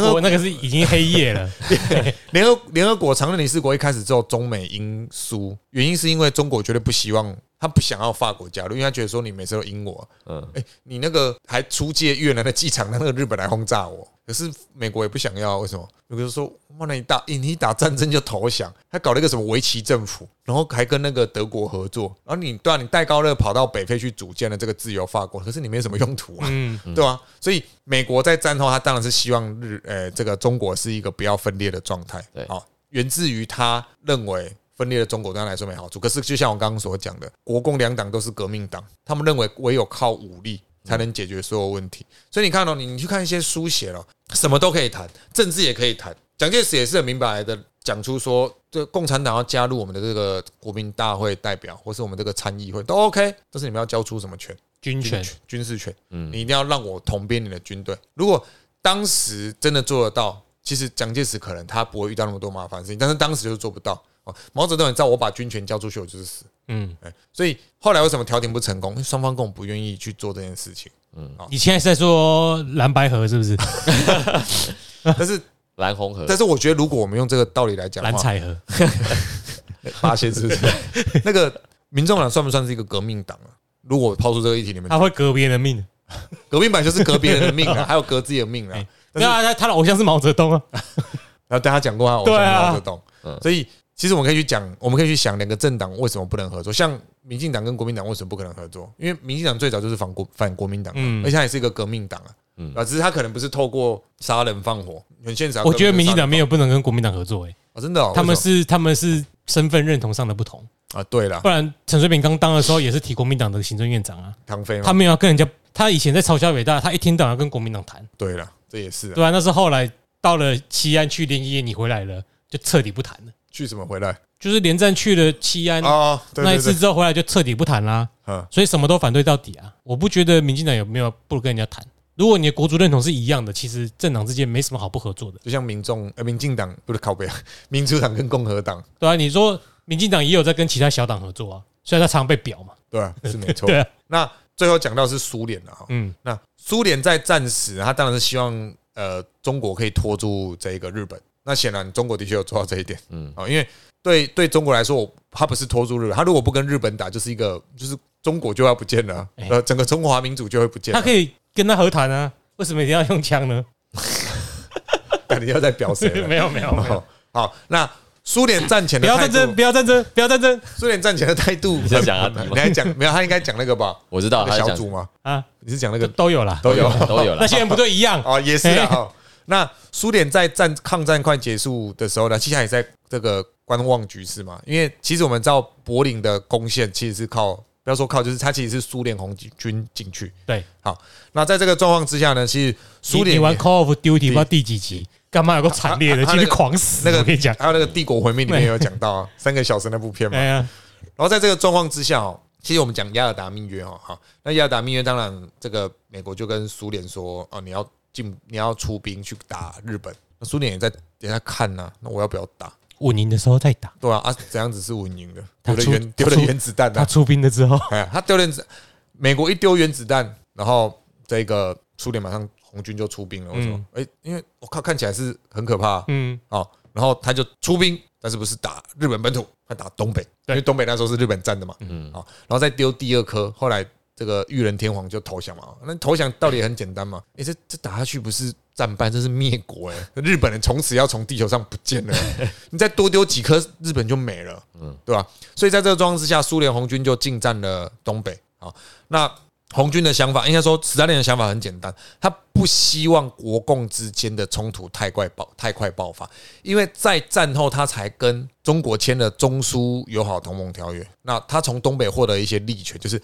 Speaker 1: 联合
Speaker 2: 合哦那个是已经黑夜 [laughs] 了，
Speaker 1: 联合联合国常任理事国一开始之后，中美英苏，原因是因为中国绝对不希望，他不想要法国加入，因为他觉得说你每次都赢我，
Speaker 3: 嗯，
Speaker 1: 哎、你那个还出借越南的机场，让那个日本来轰炸我。可是美国也不想要，为什么？美国就说：“妈的，你打你一打战争就投降。”还搞了一个什么维奇政府，然后还跟那个德国合作。然后你对啊，你戴高乐跑到北非去组建了这个自由法国，可是你没什么用途啊，
Speaker 2: 嗯，
Speaker 1: [laughs] 对啊，所以美国在战后，他当然是希望日呃这个中国是一个不要分裂的状态。
Speaker 3: 对
Speaker 1: 好，源自于他认为分裂的中国对他来说没好处。可是就像我刚刚所讲的，国共两党都是革命党，他们认为唯有靠武力才能解决所有问题。所以你看哦，你你去看一些书写了，什么都可以谈，政治也可以谈。蒋介石也是很明白的讲出说，这共产党要加入我们的这个国民大会代表，或是我们这个参议会都 OK，但是你们要交出什么权？
Speaker 2: 军
Speaker 1: 军
Speaker 2: 权嗯
Speaker 1: 权、军事权，你一定要让我统编你的军队。如果当时真的做得到，其实蒋介石可能他不会遇到那么多麻烦的事情，但是当时就是做不到。哦，毛泽东也知道，我把军权交出去，我就是死。
Speaker 2: 嗯，
Speaker 1: 哎，所以后来为什么调停不成功？因为双方根本不愿意去做这件事情。
Speaker 2: 你现在是在说蓝白河是不是？
Speaker 1: 但
Speaker 2: [laughs]
Speaker 1: 是，
Speaker 3: 蓝红河
Speaker 1: 但是我觉得，如果我们用这个道理来讲的
Speaker 2: 呃蓝
Speaker 1: 话，
Speaker 2: 彩河，嗯
Speaker 1: 八仙是不是？ [laughs] 那个民众党算不算是一个革命党啊？如果抛出这个议题，你们
Speaker 2: 他会革别人的命。
Speaker 1: 革命党就是革别人的命啊，还有革自己的命啊
Speaker 2: 哎。没有啊，他他的偶像是毛泽东啊。
Speaker 1: 然后大家讲过他偶像
Speaker 2: 对啊
Speaker 1: 毛泽东
Speaker 3: 嗯，
Speaker 1: 所以其实我们可以去讲，我们可以去想两个政党为什么不能合作，像民进党跟国民党为什么不可能合作？因为民进党最早就是反国反国民党嘛，
Speaker 2: 嗯
Speaker 1: 而且它也是一个革命党啊，
Speaker 3: 嗯
Speaker 1: 啊，只是他可能不是透过杀人放火，很现实啊。
Speaker 2: 我觉得民进党没
Speaker 1: 有
Speaker 2: 有不能跟国民党合作、欸，
Speaker 1: 啊，真的哦，
Speaker 2: 他
Speaker 1: 为
Speaker 2: 们
Speaker 1: 什
Speaker 2: 是他们是身份认同上的不同，
Speaker 1: 么啊，对了
Speaker 2: 不，然陈水扁刚当的时候也是提国民党的行政院长啊，
Speaker 1: 唐飞
Speaker 2: 他
Speaker 1: 嘛，
Speaker 2: 没有要跟人家，他以前在嘲笑伟大，他一天到晚要跟国民党谈，
Speaker 1: 对了，这也是啊
Speaker 2: 对吧、那是后来到了西安去联谊，你回来了就彻底不谈了，
Speaker 1: 去什么回来
Speaker 2: 就是连战去了西安
Speaker 1: 哦，对
Speaker 2: 那一
Speaker 1: 对
Speaker 2: 次
Speaker 1: 对，
Speaker 2: 之后回来就彻底不谈啦，
Speaker 1: 嗯，
Speaker 2: 所以什么都反对到底啊！我不觉得民进党有没有不跟人家谈，如果你的国族认同是一样的，其实政党之间没什么好不合作的，
Speaker 1: 就像民众呃，民进党不是靠北啊， [laughs] 民主党跟共和党，
Speaker 2: 对啊，你说民进党也有在跟其他小党合作啊，虽然他常常被表嘛，
Speaker 1: 对
Speaker 2: [laughs]
Speaker 1: 啊，是没错。
Speaker 2: 对啊，
Speaker 1: 那最后讲到是苏联了哈，
Speaker 2: 嗯，
Speaker 1: 那苏联在战时，他当然是希望呃中国可以拖住这一个日本。那显然中国的确有做到这一点
Speaker 3: 嗯，
Speaker 1: 啊、哦因为对对中国来说，我他不是拖住日本，他如果不跟日本打，就是一个就是中国就要不见了啊，
Speaker 2: 哎
Speaker 1: 呃，整个中华民主就会不见
Speaker 2: 他
Speaker 1: 了。
Speaker 2: 可以跟他和谈啊，为什么一定要用枪呢？
Speaker 1: 但 [laughs] 你要再表谁了？
Speaker 2: 哎 [laughs] 没有没有没有，
Speaker 1: 好，好，那苏联战前
Speaker 2: 不
Speaker 1: 的
Speaker 2: 要
Speaker 1: 态
Speaker 2: 战争，
Speaker 1: 度，
Speaker 2: 不要战争，不要战争
Speaker 1: 苏联战前的态度，
Speaker 3: 你在讲阿迪吗
Speaker 1: [laughs] 你还讲没有？他应该讲那个吧？
Speaker 3: 我知道
Speaker 1: 那
Speaker 3: 他
Speaker 1: 个
Speaker 3: 在
Speaker 1: 小
Speaker 3: 讲
Speaker 1: 组吗？
Speaker 2: 啊，
Speaker 1: 你是讲那
Speaker 2: 这
Speaker 1: 个
Speaker 2: 都有啦，
Speaker 1: 都有
Speaker 3: 都有了
Speaker 2: 那，些人不对一样，
Speaker 1: 哦，也是啊。
Speaker 2: 嘿
Speaker 1: 哦那苏联在战抗战快结束的时候呢，其实也在这个观望局势嘛，因为其实我们知道柏林的攻陷其实是靠不要说靠，就是它其实是苏联红军进去。
Speaker 2: 对，
Speaker 1: 好，那在这个状况之下呢，其实苏
Speaker 2: 你
Speaker 1: 联
Speaker 2: 你玩
Speaker 1: 也
Speaker 2: Call of Duty 不知道第几集，干嘛有个惨烈的，
Speaker 1: 他他啊
Speaker 2: 进去
Speaker 1: 那个
Speaker 2: 狂死，
Speaker 1: 那个
Speaker 2: 我跟你讲，
Speaker 1: 还有那个《帝国毁灭》里面也有讲到啊，三个小时那部片嘛
Speaker 2: 哎。呀，
Speaker 1: 然后在这个状况之下哦，其实我们讲雅尔达密约哦，好，那雅尔达密约当然这个美国就跟苏联说哦，你要进你要出兵去打日本，那苏联也在也在看呐、那我要不要打？
Speaker 2: 稳赢的时候再打，
Speaker 1: 对啊，啊怎样子是稳赢的？
Speaker 2: 他
Speaker 1: 丢了
Speaker 2: 出
Speaker 1: 原丢了
Speaker 2: 他出
Speaker 1: 原子弹
Speaker 2: 他
Speaker 1: 啊！
Speaker 2: 出兵了
Speaker 1: [laughs]
Speaker 2: 之后，
Speaker 1: 哎呀，他丢原子，美国一丢原子弹，然后这个苏联马上红军就出兵了。为什么
Speaker 2: 嗯？
Speaker 1: 哎、因为我靠，看起来是很可怕、啊。
Speaker 2: 嗯，
Speaker 1: 哦，然后他就出兵，但是不是打日本本土，他打东北，因
Speaker 2: 对
Speaker 1: 为东北那时候是日本占的嘛。嗯，好，然后再丢第二颗，后来这个裕仁天皇就投降嘛。那投降道理也很简单嘛，诶，这这打下去不是战败，这是灭国 [laughs] 哎、日本人从此要从地球上不见了、 [laughs] 你再多丢几颗，日本就没了，嗯，对吧？所以在这个状况之下，苏联红军就进占了东北。好，那红军的想法，应该说斯大林的想法很简单，他不希望国共之间的冲突太快爆太快爆发，因为在战后他才跟中国签了中苏友好同盟条约，那他从东北获得一些利权，就是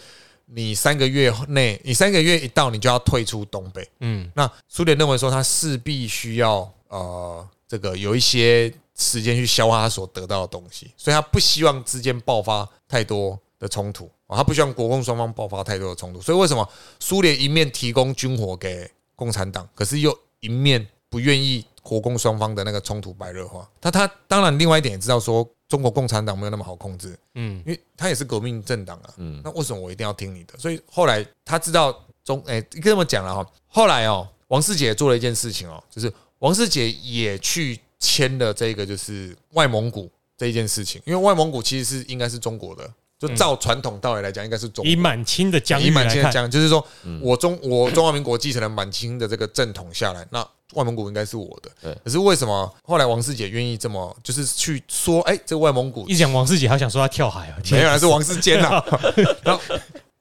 Speaker 1: 你三个月内，你三个月一到，你就要退出东北。
Speaker 2: 嗯，
Speaker 1: 那苏联认为说他势必需要呃这个有一些时间去消化他所得到的东西，所以他不希望之间爆发太多的冲突、哦他不希望国共双方爆发太多的冲突，所以为什么苏联一面提供军火给共产党，可是又一面不愿意国共双方的那个冲突白热化？他他当然另外一点也知道说中国共产党没有那么好控制，
Speaker 2: 嗯，
Speaker 1: 因为他也是革命政党啊，
Speaker 3: 嗯
Speaker 1: 那为什么我一定要听你的？所以后来他知道中，哎、跟这么讲了哈。后来哦，王世杰也做了一件事情哦，就是王世杰也去签了这个就是外蒙古这一件事情，因为外蒙古其实是应该是中国的，就照传统道理来讲，应该是中国
Speaker 2: 嗯以满清的疆域
Speaker 1: 以满
Speaker 2: 来
Speaker 1: 清的
Speaker 2: 看，
Speaker 1: 疆，就是说
Speaker 3: 嗯
Speaker 1: 我中我中华民国继承了满清的这个正统下来，那外蒙古应该是我的。
Speaker 3: 对
Speaker 1: 可是为什么后来王世杰愿意这么就是去说，哎、这外蒙古
Speaker 2: 一讲王世杰，还想说他跳海啊，
Speaker 1: 没有啦，是王世坚
Speaker 2: [laughs]
Speaker 1: 呐。然后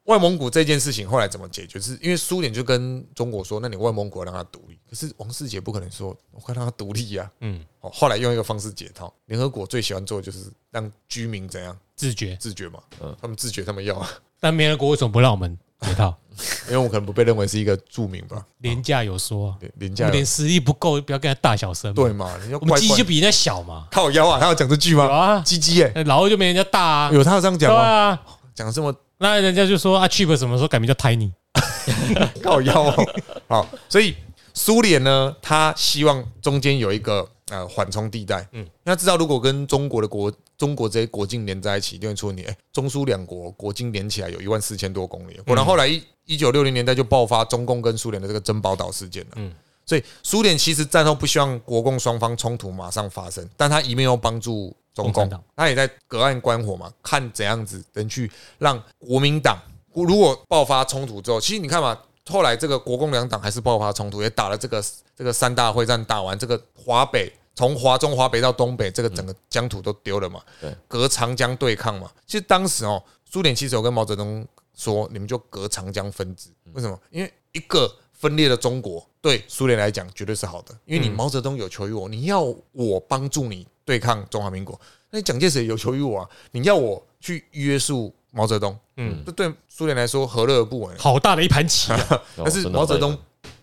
Speaker 1: 外蒙古这件事情后来怎么解决？是因为苏联就跟中国说，那你外蒙古要让它独立，可是王世杰不可能说，我快让它独立呀、
Speaker 2: 嗯，
Speaker 1: 哦，后来用一个方式解套，联合国最喜欢做的就是让居民怎样
Speaker 2: 自觉，
Speaker 1: 自觉嘛
Speaker 3: 嗯，
Speaker 1: 他们自觉他们要啊，
Speaker 2: 但联合国为什么不让我们解套？
Speaker 1: [laughs] 因为我可能不被认为是一个著名吧，
Speaker 2: 廉价有说啊，
Speaker 1: 对廉
Speaker 2: 我
Speaker 1: 价
Speaker 2: 们连实力不够，不要跟他大小声嘛。
Speaker 1: 对嘛，你要
Speaker 2: 我
Speaker 1: 怪
Speaker 2: 们鸡
Speaker 1: 怪
Speaker 2: 就比人家小嘛，
Speaker 1: 靠腰啊，他要讲这句
Speaker 2: 有
Speaker 1: 吗？
Speaker 2: 啊，
Speaker 1: 鸡鸡耶，
Speaker 2: 老二就没人家大啊，
Speaker 1: 有他有这样
Speaker 2: 对
Speaker 1: 讲吗？
Speaker 2: 啊。
Speaker 1: 讲得这么
Speaker 2: 那人家就说啊，Cheap 什么时候改名叫 Tiny？
Speaker 1: [laughs] 靠腰哦。好，所以苏联呢，他希望中间有一个呃缓冲地带，嗯，他知道如果跟中国的国中国这些国境连在一起，一定会出问题。哎、中苏两国国境连起来有一万四千多公里，果然后来一一九六零年代就爆发中共跟苏联的这个珍宝岛事件了，嗯
Speaker 2: 嗯。
Speaker 1: 所以苏联其实战后不希望国共双方冲突马上发生，但他一面又帮助中
Speaker 2: 共
Speaker 1: 共
Speaker 2: 产党，
Speaker 1: 他也在隔岸观火嘛，看怎样子能去让国民党如果爆发冲突之后，其实你看嘛，后来这个国共两党还是爆发冲突，也打了这个这个三大会战，打完这个华北从华中华北到东北，这个整个疆土都丢了嘛，
Speaker 3: 对，
Speaker 1: 隔长江对抗嘛。其实当时哦，苏联其实有跟毛泽东说，你们就隔长江分治，
Speaker 2: 嗯
Speaker 1: 为什么？因为一个分裂的中国对苏联来讲绝对是好的，因为你
Speaker 2: 嗯
Speaker 1: 毛泽东有求于我，你要我帮助你对抗中华民国，那蒋介石也有求于我啊，你要我去约束毛泽东，
Speaker 2: 嗯
Speaker 1: 嗯，这对苏联来说何乐而不为呢？
Speaker 2: 好大的一盘棋啊，
Speaker 1: [laughs]
Speaker 3: 哦
Speaker 1: 但是毛泽东
Speaker 2: 啊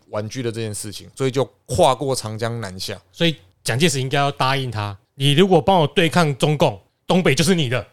Speaker 1: 婉拒了这件事情，所以就跨过长江南下。
Speaker 2: 所以蒋介石应该要答应他，你如果帮我对抗中共，东北就是你的。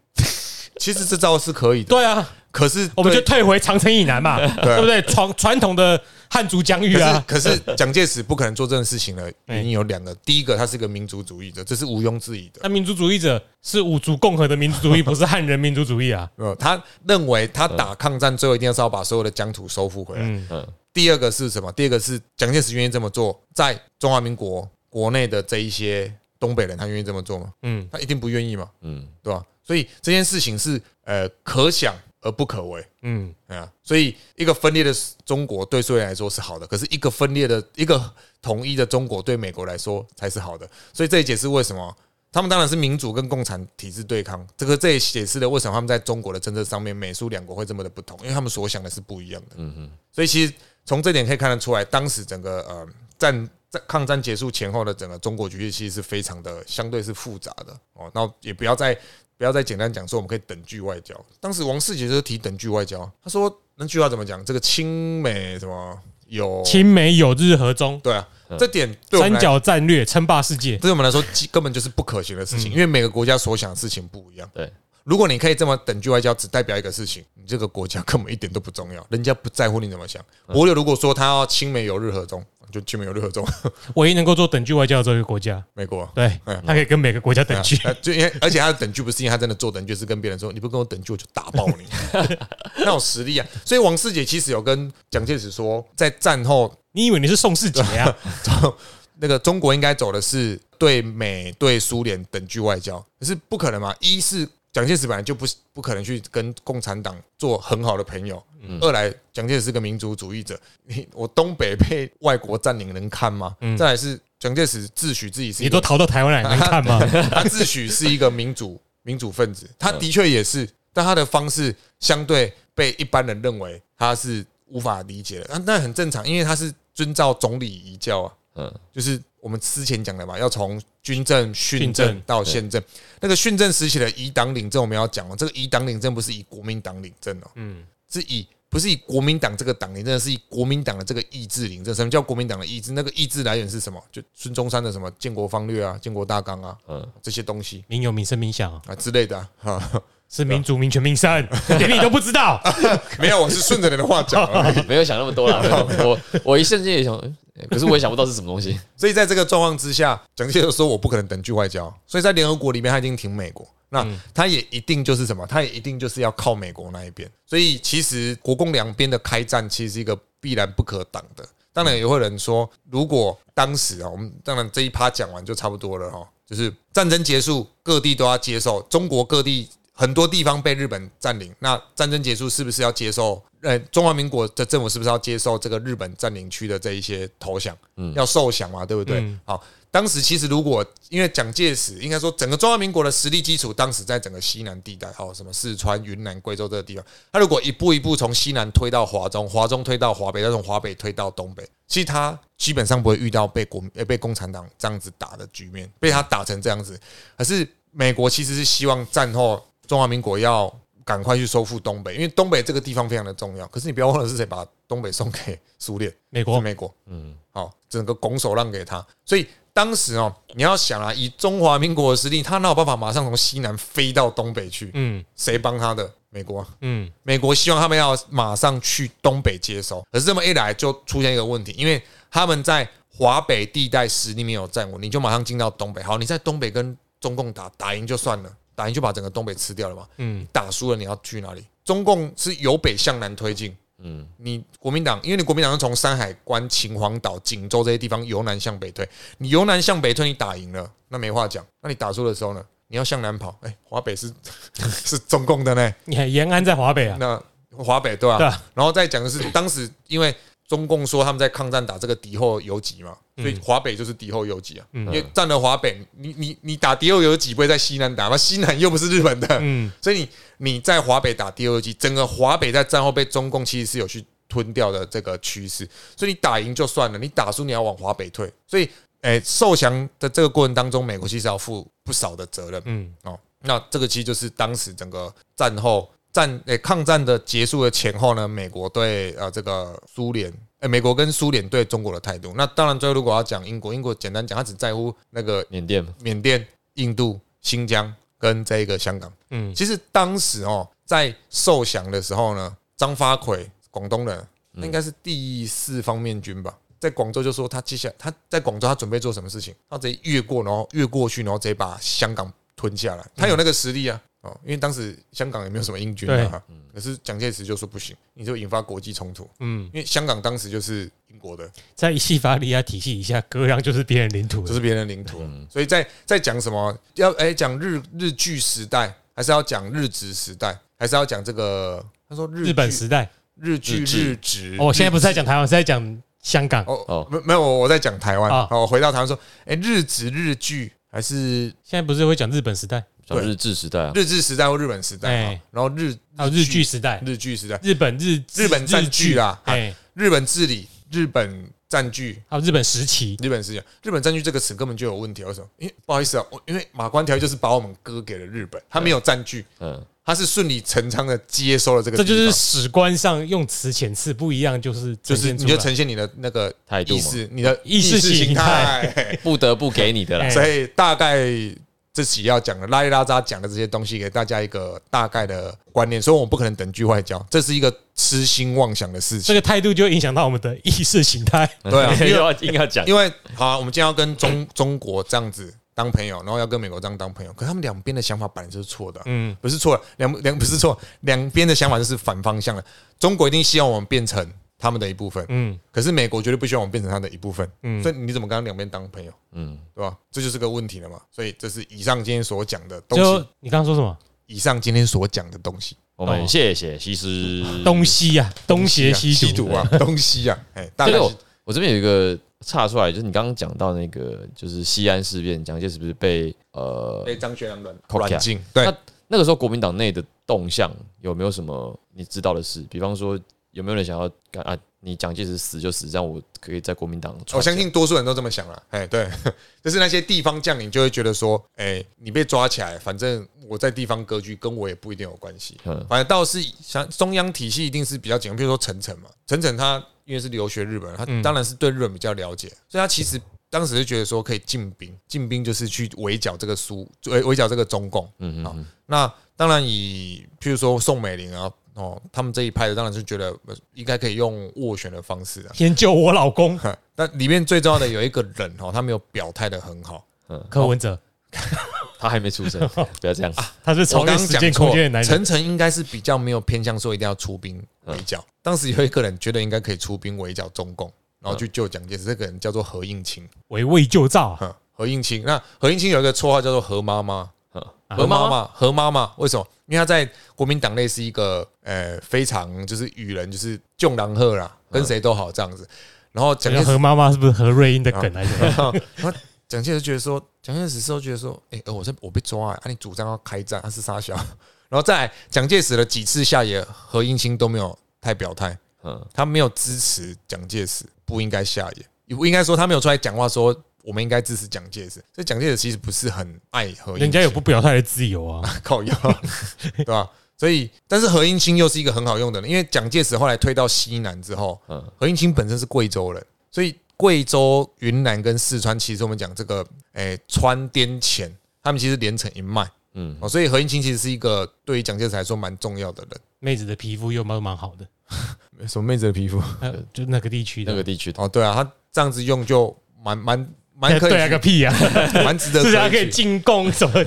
Speaker 1: 其实这招是可以的，
Speaker 2: 对啊，
Speaker 1: 可是
Speaker 2: 我们就
Speaker 1: 对
Speaker 2: 退回长城以南嘛，对不对？传传统的汉族疆域啊，
Speaker 1: 可是可是蒋介石不可能做这种事情了，
Speaker 2: 哎
Speaker 1: 原因有两个，第一个他是个民族主义者，这是毋庸置疑的。
Speaker 2: 那民族主义者是五族共和的民族主义，不是汉人民族主
Speaker 1: [laughs]
Speaker 2: 义啊。
Speaker 1: 呃，他认为他打抗战最后一定是要把所有的疆土收复回来。
Speaker 2: 嗯，
Speaker 3: 嗯
Speaker 1: 第二个是什么？第二个是蒋介石愿意这么做，在中华民国国内的这一些东北人，他愿意这么做吗？
Speaker 2: 嗯，
Speaker 1: 他一定不愿意嘛，
Speaker 3: 嗯
Speaker 1: 对吧？所以这件事情是呃可想而不可为。
Speaker 2: 嗯，
Speaker 1: 哎呀，所以一个分裂的中国对苏联来说是好的，可是一个分裂的一个统一的中国对美国来说才是好的。所以这也解释为什么他们当然是民主跟共产体制对抗，这个这也解释了为什么他们在中国的政策上面美苏两国会这么的不同，因为他们所想的是不一样的。
Speaker 3: 嗯嗯
Speaker 1: 所以其实从这点可以看得出来，当时整个呃战战抗战结束前后的整个中国局势其实是非常的相对是复杂的哦。那也不要再不要再简单讲说我们可以等距外交。当时王世杰就提等距外交，他说那句话怎么讲？这个亲美什么有
Speaker 2: 亲美友日和中，
Speaker 1: 对啊，这点对我们
Speaker 2: 三
Speaker 1: 来
Speaker 2: 角战略称霸世界。
Speaker 1: 对我们来说基根本就是不可行的事情，因为每个国家所想的事情不一样。
Speaker 3: 对，
Speaker 1: 如果你可以这么等距外交，只代表一个事情，你这个国家 [laughs] 根本一点都不重要，人家不在乎你怎么想。我有如果说他要亲美友日和中，就亲美友日和中，
Speaker 2: 唯一能够做等距外交的这个国家，
Speaker 1: 美国。
Speaker 2: 对，
Speaker 1: 嗯
Speaker 2: 他可以跟每个国家等距。
Speaker 1: 呃就因为而且他的等距不是因为他真的做等距，是跟别人说你不跟我等距，我就打爆你，那有实力啊！所以王世杰其实有跟蒋介石说，在战后
Speaker 2: 你以为你是宋世杰啊？
Speaker 1: [laughs] 那个中国应该走的是对美对苏联等距外交，可是不可能嘛？一是蒋介石本来就不不可能去跟共产党做很好的朋友，
Speaker 2: 嗯
Speaker 1: 二来蒋介石是个民族主义者， [laughs] 你我东北被外国占领能看吗？再来是蒋介石自诩自己是一
Speaker 2: 嗯你
Speaker 1: 个
Speaker 2: 都逃到台湾来能看吗？
Speaker 1: [laughs] 他自诩是一个民主民主分
Speaker 2: 嗯
Speaker 1: 子，他的确也是，但他的方式相对被一般人认为他是无法理解的，那那很正常，因为他是遵照总理遗教啊。
Speaker 3: 嗯
Speaker 1: 就是我们之前讲的嘛，要从军政、训
Speaker 2: 训政
Speaker 1: 政到宪政。那个训政时期的以党领政，我们要讲哦，这个以党领政不是以国民党领政哦，
Speaker 2: 嗯，
Speaker 1: 是以不是以国民党这个党领政，是以国民党的这个意志领政。什么叫国民党的意志？那个意志来源是什么？就孙中山的什么建国方略啊、建国大纲啊
Speaker 3: 嗯，
Speaker 1: 这些东西
Speaker 2: [laughs] 民有民生民享啊，
Speaker 1: 啊之类的啊。哈
Speaker 2: 是
Speaker 1: 啊
Speaker 2: 民主民权民生，连你都不知道。
Speaker 1: [laughs] 没有，我是顺着你的话讲啊 [laughs] 而已。
Speaker 3: 没有想那么多啦。我我一瞬间也想，诶可是我也想不到是什么东西。
Speaker 1: 所以在这个状况之下，蒋介石说我不可能等距外交，所以在联合国里面他已经挺美国，那他也一定就是什么，他也一定就是要靠美国那一边。所以其实国共两边的开战其实是一个必然不可挡的。当然也会有人说，如果当时啊，我们当然这一趴讲完就差不多了哈，就是战争结束，各地都要接受，中国各地很多地方被日本占领，那战争结束是不是要接受？呃，中华民国的政府是不是要接受这个日本占领区的这一些投降？要受降嘛，对不对？
Speaker 2: 嗯
Speaker 1: 好，当时其实如果因为蒋介石应该说整个中华民国的实力基础，当时在整个西南地带，好什么四川、云南、贵州这个地方，他如果一步一步从西南推到华中，华中推到华北，再从华北推到东北，其实他基本上不会遇到被国呃被共产党这样子打的局面，被他打成这样子。可是美国其实是希望战后中华民国要。赶快去收复东北，因为东北这个地方非常的重要。可是你不要忘了是谁把东北送给苏联，
Speaker 2: 美
Speaker 1: 是
Speaker 2: 国，
Speaker 1: 美国。
Speaker 3: 嗯，
Speaker 1: 好、整个拱手让给他。所以当时哦，你要想啊，以中华民国的实力，他哪有办法马上从西南飞到东北去？
Speaker 2: 嗯
Speaker 1: 谁帮他的？美国啊、
Speaker 2: 嗯，
Speaker 1: 美国希望他们要马上去东北接收，可是这么一来就出现一个问题，因为他们在华北地带实力没有站稳，你就马上进到东北。好，你在东北跟中共打，打赢就算了，打赢就把整个东北吃掉了嘛。
Speaker 2: 嗯，
Speaker 1: 打输了你要去哪里？中共是由北向南推进，
Speaker 3: 嗯，
Speaker 1: 你国民党，因为你国民党是从山海关、秦皇岛、锦州这些地方由南向北推，你由南向北推，你打赢了，那没话讲。那你打输的时候呢？你要向南跑，哎、华北是 [laughs] 是中共的呢， [laughs]
Speaker 2: 你看延安在华北啊，
Speaker 1: 那华北对吧、
Speaker 2: 对啊
Speaker 1: 然后再讲的是，当时因为中共说他们在抗战打这个敌后游击嘛，所
Speaker 2: 嗯
Speaker 1: 以华北就是敌后游击啊，因为占了华北，你你你打敌后游击不会在西南打吗？西南又不是日本的，
Speaker 2: 嗯
Speaker 1: 所以你你在华北打敌后游击，整个华北在战后被中共其实是有去吞掉的这个趋势，所以你打赢就算了，你打输你要往华北退，所以诶、受降的这个过程当中，美国其实要负不少的责任，
Speaker 2: 嗯
Speaker 1: 哦，那这个其实就是当时整个战后战诶、抗战的结束的前后呢，美国对呃这个苏联。诶美国跟苏联对中国的态度，那当然最后如果要讲英国，英国简单讲，他只在乎那个
Speaker 3: 缅甸嘛，
Speaker 1: 缅甸、印度、新疆跟这个香港。
Speaker 2: 嗯
Speaker 1: 其实当时哦，在受降的时候呢，张发奎，广东人，那应该是第四方面军吧，在广州就说他接下来他在广州他准备做什么事情，他直接越过，然后越过去，然后直接把香港吞下来，他有那个实力啊。哦，因为当时香港也没有什么英军啊，可是蒋介石就说不行，你就引发国际冲突，
Speaker 2: 嗯，
Speaker 1: 因为香港当时就是英国的，
Speaker 2: 在西法利亚啊体系以下，割让就是别人领土
Speaker 1: 这
Speaker 2: 了。
Speaker 1: 是别人的领土。所以在在讲什么？要哎讲日日据时代，还是要讲日殖时代，还是要讲这个？他说日
Speaker 2: 日本
Speaker 1: 据
Speaker 2: 时代，
Speaker 1: 日据
Speaker 3: 日治
Speaker 1: 日殖。
Speaker 2: 哦，现在不是在
Speaker 1: 日
Speaker 2: 讲台湾，是在讲香港
Speaker 1: 殖。哦
Speaker 3: 哦，
Speaker 1: 没没有，我我在讲台湾。
Speaker 2: 啊
Speaker 1: 好，我回到台湾说，哎，日殖日据还是
Speaker 2: 现在不是会讲日本时代，
Speaker 3: 像
Speaker 1: 对
Speaker 3: 日治时代啊，
Speaker 1: 日治时代或日本时代？
Speaker 2: 哎
Speaker 1: 啊然后日
Speaker 2: 还有日据时代、
Speaker 1: 日据时代，
Speaker 2: 日本日
Speaker 1: 日本啊占据啦
Speaker 2: 日据哎，
Speaker 1: 日本治理，日本占据，
Speaker 2: 还有日本时期，
Speaker 1: 日本是讲日本占据这个词根本就有问题，为什么？因为不好意思啊，我因为马关条约就是把我们割给了日本，他没有占据，
Speaker 3: 嗯，
Speaker 1: 他是顺理成章的接收了这个
Speaker 2: 这
Speaker 1: 地方，
Speaker 2: 就是史观上用词遣词不一样，就是
Speaker 1: 就
Speaker 2: 呈
Speaker 1: 是
Speaker 2: 现出
Speaker 1: 你
Speaker 2: 来
Speaker 1: 就呈现你的那个
Speaker 3: 态度
Speaker 1: 意
Speaker 3: 嘛
Speaker 1: 识，你的
Speaker 2: 意识形
Speaker 1: 形
Speaker 2: 态
Speaker 1: 态。
Speaker 3: 不得不给你的
Speaker 2: [laughs]
Speaker 3: 啦，
Speaker 2: 哎，
Speaker 1: 所以大概这期要讲的拉里拉扎讲的这些东西，给大家一个大概的观念。所以我们不可能等距外交，这是一个痴心妄想的事
Speaker 2: 这
Speaker 1: 情。
Speaker 2: 个态度就影响到我们的意识形态。
Speaker 1: 对
Speaker 2: [laughs]
Speaker 1: 啊
Speaker 3: [laughs] 又要硬要讲，
Speaker 1: 因为好啊、我们今天要跟中中国这样子当朋友，然后要跟美国这样当朋友，可他们两边的想法本来就是错的啊、
Speaker 2: 嗯，
Speaker 1: 不是错了，两两不是错，两边的想法就是反方向了。中国一定希望我们变成他们的一部分，
Speaker 2: 嗯，
Speaker 1: 可是美国绝对不希望我们变成他的一部分，所以你怎么跟他两边当朋友，
Speaker 3: 嗯，
Speaker 1: 对吧？这就是个问题了嘛。所以这是以上今天所讲的 [laughs] 东
Speaker 2: 就
Speaker 1: 西，
Speaker 2: 你刚刚说什么
Speaker 1: 以上今天所讲的东西，
Speaker 3: 我们谢谢西施。
Speaker 2: 东西呀、东邪
Speaker 1: 啊
Speaker 2: 西毒。
Speaker 1: 毒啊，东西啊，哎，大
Speaker 3: 这
Speaker 1: 概
Speaker 3: 个我
Speaker 1: 是
Speaker 3: 我这边有一个岔出来，就是你刚刚讲到那个，就是西安事变，蒋介石不是被呃
Speaker 1: 被张学良软
Speaker 3: 扣起来
Speaker 1: 软禁，对
Speaker 3: 那，那个时候国民党内的动向有没有什么你知道的事？比方说有没有人想要干啊？你蒋介石死就死，让我可以在国民党
Speaker 1: 我
Speaker 3: 传下。
Speaker 1: 相信多数人都这么想了，哎，对，就是那些地方将领就会觉得说，哎，你被抓起来，反正我在地方割据，跟我也不一定有关系，
Speaker 3: 嗯
Speaker 1: 反正倒是像中央体系一定是比较紧，比如说陈诚嘛，陈诚他因为是留学日本，他当然是对日本比较了解，所以他其实当时就觉得说可以进兵，进兵就是去围剿这个苏围围剿这个中共。
Speaker 3: 嗯
Speaker 1: 好
Speaker 3: 嗯
Speaker 1: 那当然以譬如说宋美龄啊。哦，他们这一派的当然是觉得呃应该可以用斡旋的方式啊，
Speaker 2: 研究我老公
Speaker 1: 哼但里面最重要的有一个人哦，他没有表态的很好。
Speaker 2: 柯文哲，
Speaker 3: 嗯，他还没出生，不要这样。
Speaker 2: 他是
Speaker 1: 我
Speaker 2: 超越
Speaker 1: 刚
Speaker 2: 时
Speaker 1: 刚
Speaker 2: 间
Speaker 1: 讲
Speaker 2: 空
Speaker 1: 错
Speaker 2: 间的男，人。
Speaker 1: 陈诚应该是比较没有偏向说一定要出兵围剿。当时有一个人觉得应该可以出兵围剿中共，然后去救蒋介石。这个人叫做何应钦，
Speaker 2: 围魏救赵啊、
Speaker 1: 哼，何应钦。那何应钦有一个绰号叫做何妈妈，
Speaker 2: 啊
Speaker 1: 何妈妈，何妈妈，为什么？因为她在国民党内是一个呃非常就是与人就是众狼赫啦，跟谁都好这样子。然后蒋
Speaker 2: 讲
Speaker 1: 介
Speaker 2: 到
Speaker 1: 石
Speaker 2: 何妈妈是不是何瑞英
Speaker 1: 啊
Speaker 2: 的梗来着？
Speaker 1: [laughs] 然后蒋介石觉得说，蒋介石之后觉得说，哎、呃我这我被抓啊，啊你主张要开战，他、是傻小。 [laughs] 然后再来，蒋介石的几次下野，何应钦都没有太表态，
Speaker 3: 嗯，
Speaker 1: 他没有支持蒋介石不应该下野，也不应该说他没有出来讲话说我们应该支持蒋介石。所以蒋介石其实不是很爱何应钦，
Speaker 2: 人家有不表态的自
Speaker 1: [laughs]
Speaker 2: 由啊。
Speaker 1: 靠腰，对吧？所以，但是何应钦又是一个很好用的人，因为蒋介石后来退到西南之后，
Speaker 3: 嗯
Speaker 1: 何应钦本身是贵州人，所以贵州、云南跟四川，其实我们讲这个，诶、川滇黔，他们其实连成一脉，
Speaker 3: 嗯
Speaker 1: 嗯，哦，所以何应钦其实是一个对于蒋介石来说蛮重要的
Speaker 2: 妹子的皮肤又蛮蛮好的，
Speaker 1: 人。什么妹子的皮肤？
Speaker 2: 呃就那个地区的
Speaker 3: 那个地区的
Speaker 1: 哦，对啊，他这样子用就蛮蛮 [laughs] 蛮可以
Speaker 2: [laughs] 对啊个
Speaker 1: 去，
Speaker 2: 屁啊！
Speaker 1: 蛮值得 [laughs]
Speaker 2: 至啊少可以
Speaker 1: 去
Speaker 2: 进贡什么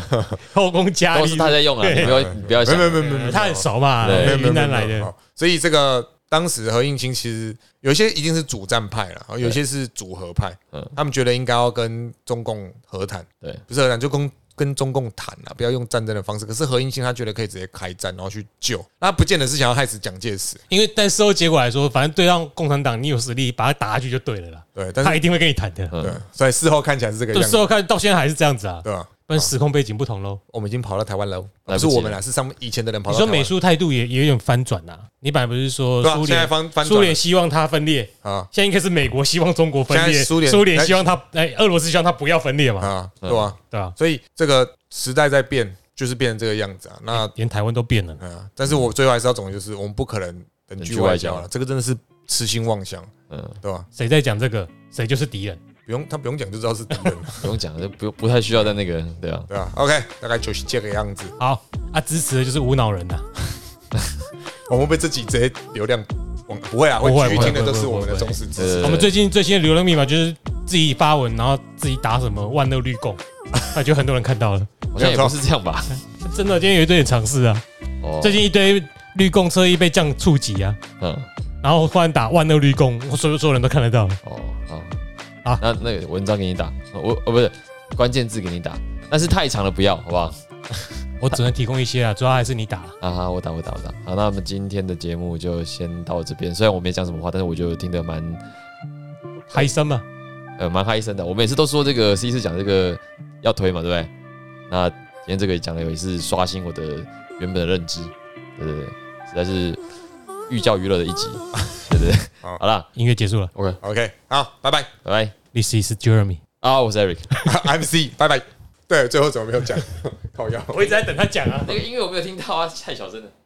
Speaker 2: 后宫佳
Speaker 3: 都
Speaker 2: 丽
Speaker 3: 是，他在用啊，
Speaker 2: 对
Speaker 3: 你不要你不要
Speaker 1: 没
Speaker 3: 想
Speaker 1: 有没有没有没有没有，
Speaker 2: 他很熟嘛，
Speaker 3: 对
Speaker 1: 没有
Speaker 2: 云南来。
Speaker 1: 没有没有没有
Speaker 2: 的，
Speaker 1: 好所以这个当时何应钦其实有一些一定是主战派了，有一些是组合派
Speaker 3: 嗯，
Speaker 1: 他们觉得应该要跟中共和谈，
Speaker 3: 对，
Speaker 1: 不是和谈就跟跟中共谈啊，不要用战争的方式。可是何应钦他觉得可以直接开战，然后去救，那不见得是想要害死蒋介石，
Speaker 2: 因为但事后结果来说，反正对让共产党你有实力把他打下去就对了啦，
Speaker 1: 对，但
Speaker 2: 他
Speaker 1: 是
Speaker 2: 一定会跟你谈的。
Speaker 1: [laughs] 对，所以事后看起来是这个
Speaker 2: 对，
Speaker 1: 样子，
Speaker 2: 事后看到现在还是这样子啊，
Speaker 1: 对吧？哦
Speaker 2: 不然时空背景不同喽。
Speaker 1: 我们已经跑到台湾了，
Speaker 3: 来
Speaker 1: 不
Speaker 3: 不及
Speaker 1: 是
Speaker 3: 了
Speaker 1: 我们啦，是上以前的人跑
Speaker 2: 你
Speaker 1: 到
Speaker 2: 说
Speaker 1: 台湾
Speaker 2: 美苏态度也也有点翻转呐？你本来不是说
Speaker 1: 对啊
Speaker 2: 苏
Speaker 1: 现在
Speaker 2: 联
Speaker 1: 翻翻转
Speaker 2: 苏联希望它分裂，
Speaker 1: 啊
Speaker 2: 现在应该是美国希望中国分
Speaker 1: 现
Speaker 2: 裂，
Speaker 1: 在苏联
Speaker 2: 苏联希望它哎，俄罗斯希望它不要分裂嘛，
Speaker 1: 啊，对吧？
Speaker 2: 对吧？
Speaker 1: 所以这个时代在变，就是变成这个样子啊。那
Speaker 2: 连台湾都变了，
Speaker 1: 嗯，但是我最后还是要总结，就是我们不可能等距外交
Speaker 3: 等距外
Speaker 1: 了，这个真的是痴心妄想，
Speaker 3: 嗯，
Speaker 1: 对吧？
Speaker 2: 谁在讲这个，谁就是敌人。
Speaker 1: 不用他不用讲就知道是敌人 [laughs] 了，
Speaker 3: 不用讲，就不不太需要在那个，对啊，
Speaker 1: 对吧？OK，大概就是这个样子。
Speaker 2: 好啊，支持的就是无脑人呐，
Speaker 1: 我们被这几直接流量往不会啊，
Speaker 2: 不会
Speaker 1: 会举听的都是
Speaker 2: 不会
Speaker 1: 我们的
Speaker 2: 不会
Speaker 1: 忠实支
Speaker 3: 对
Speaker 1: 持
Speaker 3: 对
Speaker 2: 我们最近最新的流量密码就是自己发文，然后自己打什么万恶绿共，那就很多人看到了。
Speaker 3: 好像也不是这样吧？
Speaker 2: 真的，今天有一堆人尝试啊，
Speaker 3: 哦，
Speaker 2: 最近一堆绿共车衣被这样触及啊，
Speaker 3: 嗯，
Speaker 2: 然后忽然打万恶绿共，所有所有人都看得到了。
Speaker 3: 哦，好
Speaker 2: 啊
Speaker 3: 那那个文章给你打，我哦不是关键字给你打，但是太长了不要，好不好？
Speaker 2: 我只能提供一些啊，主要还是你打。
Speaker 3: 啊哈，我打我打我打。好，那我们今天的节目就先到这边。虽然我没讲什么话，但是我觉得听得蛮
Speaker 2: 嗨森嘛，
Speaker 3: 呃蛮嗨声的。我每次都说这个 C 是讲这个要推嘛，对不对？那今天这个讲的也是刷新我的原本的认知，对对对，实在是寓教于乐的一集， [laughs] 对对对。
Speaker 1: 好
Speaker 3: 好啦
Speaker 2: 音乐结束了。
Speaker 3: o k
Speaker 1: OK，好，拜拜 [laughs]
Speaker 3: 拜拜。
Speaker 2: This is Jeremy。
Speaker 3: 啊，我是 Eric。
Speaker 1: ，I'm C，拜拜。对，最后怎么没有讲？靠腰。 [laughs]
Speaker 2: 我一直在等他讲啊。
Speaker 3: 那个音乐我没有听到啊，太小声了。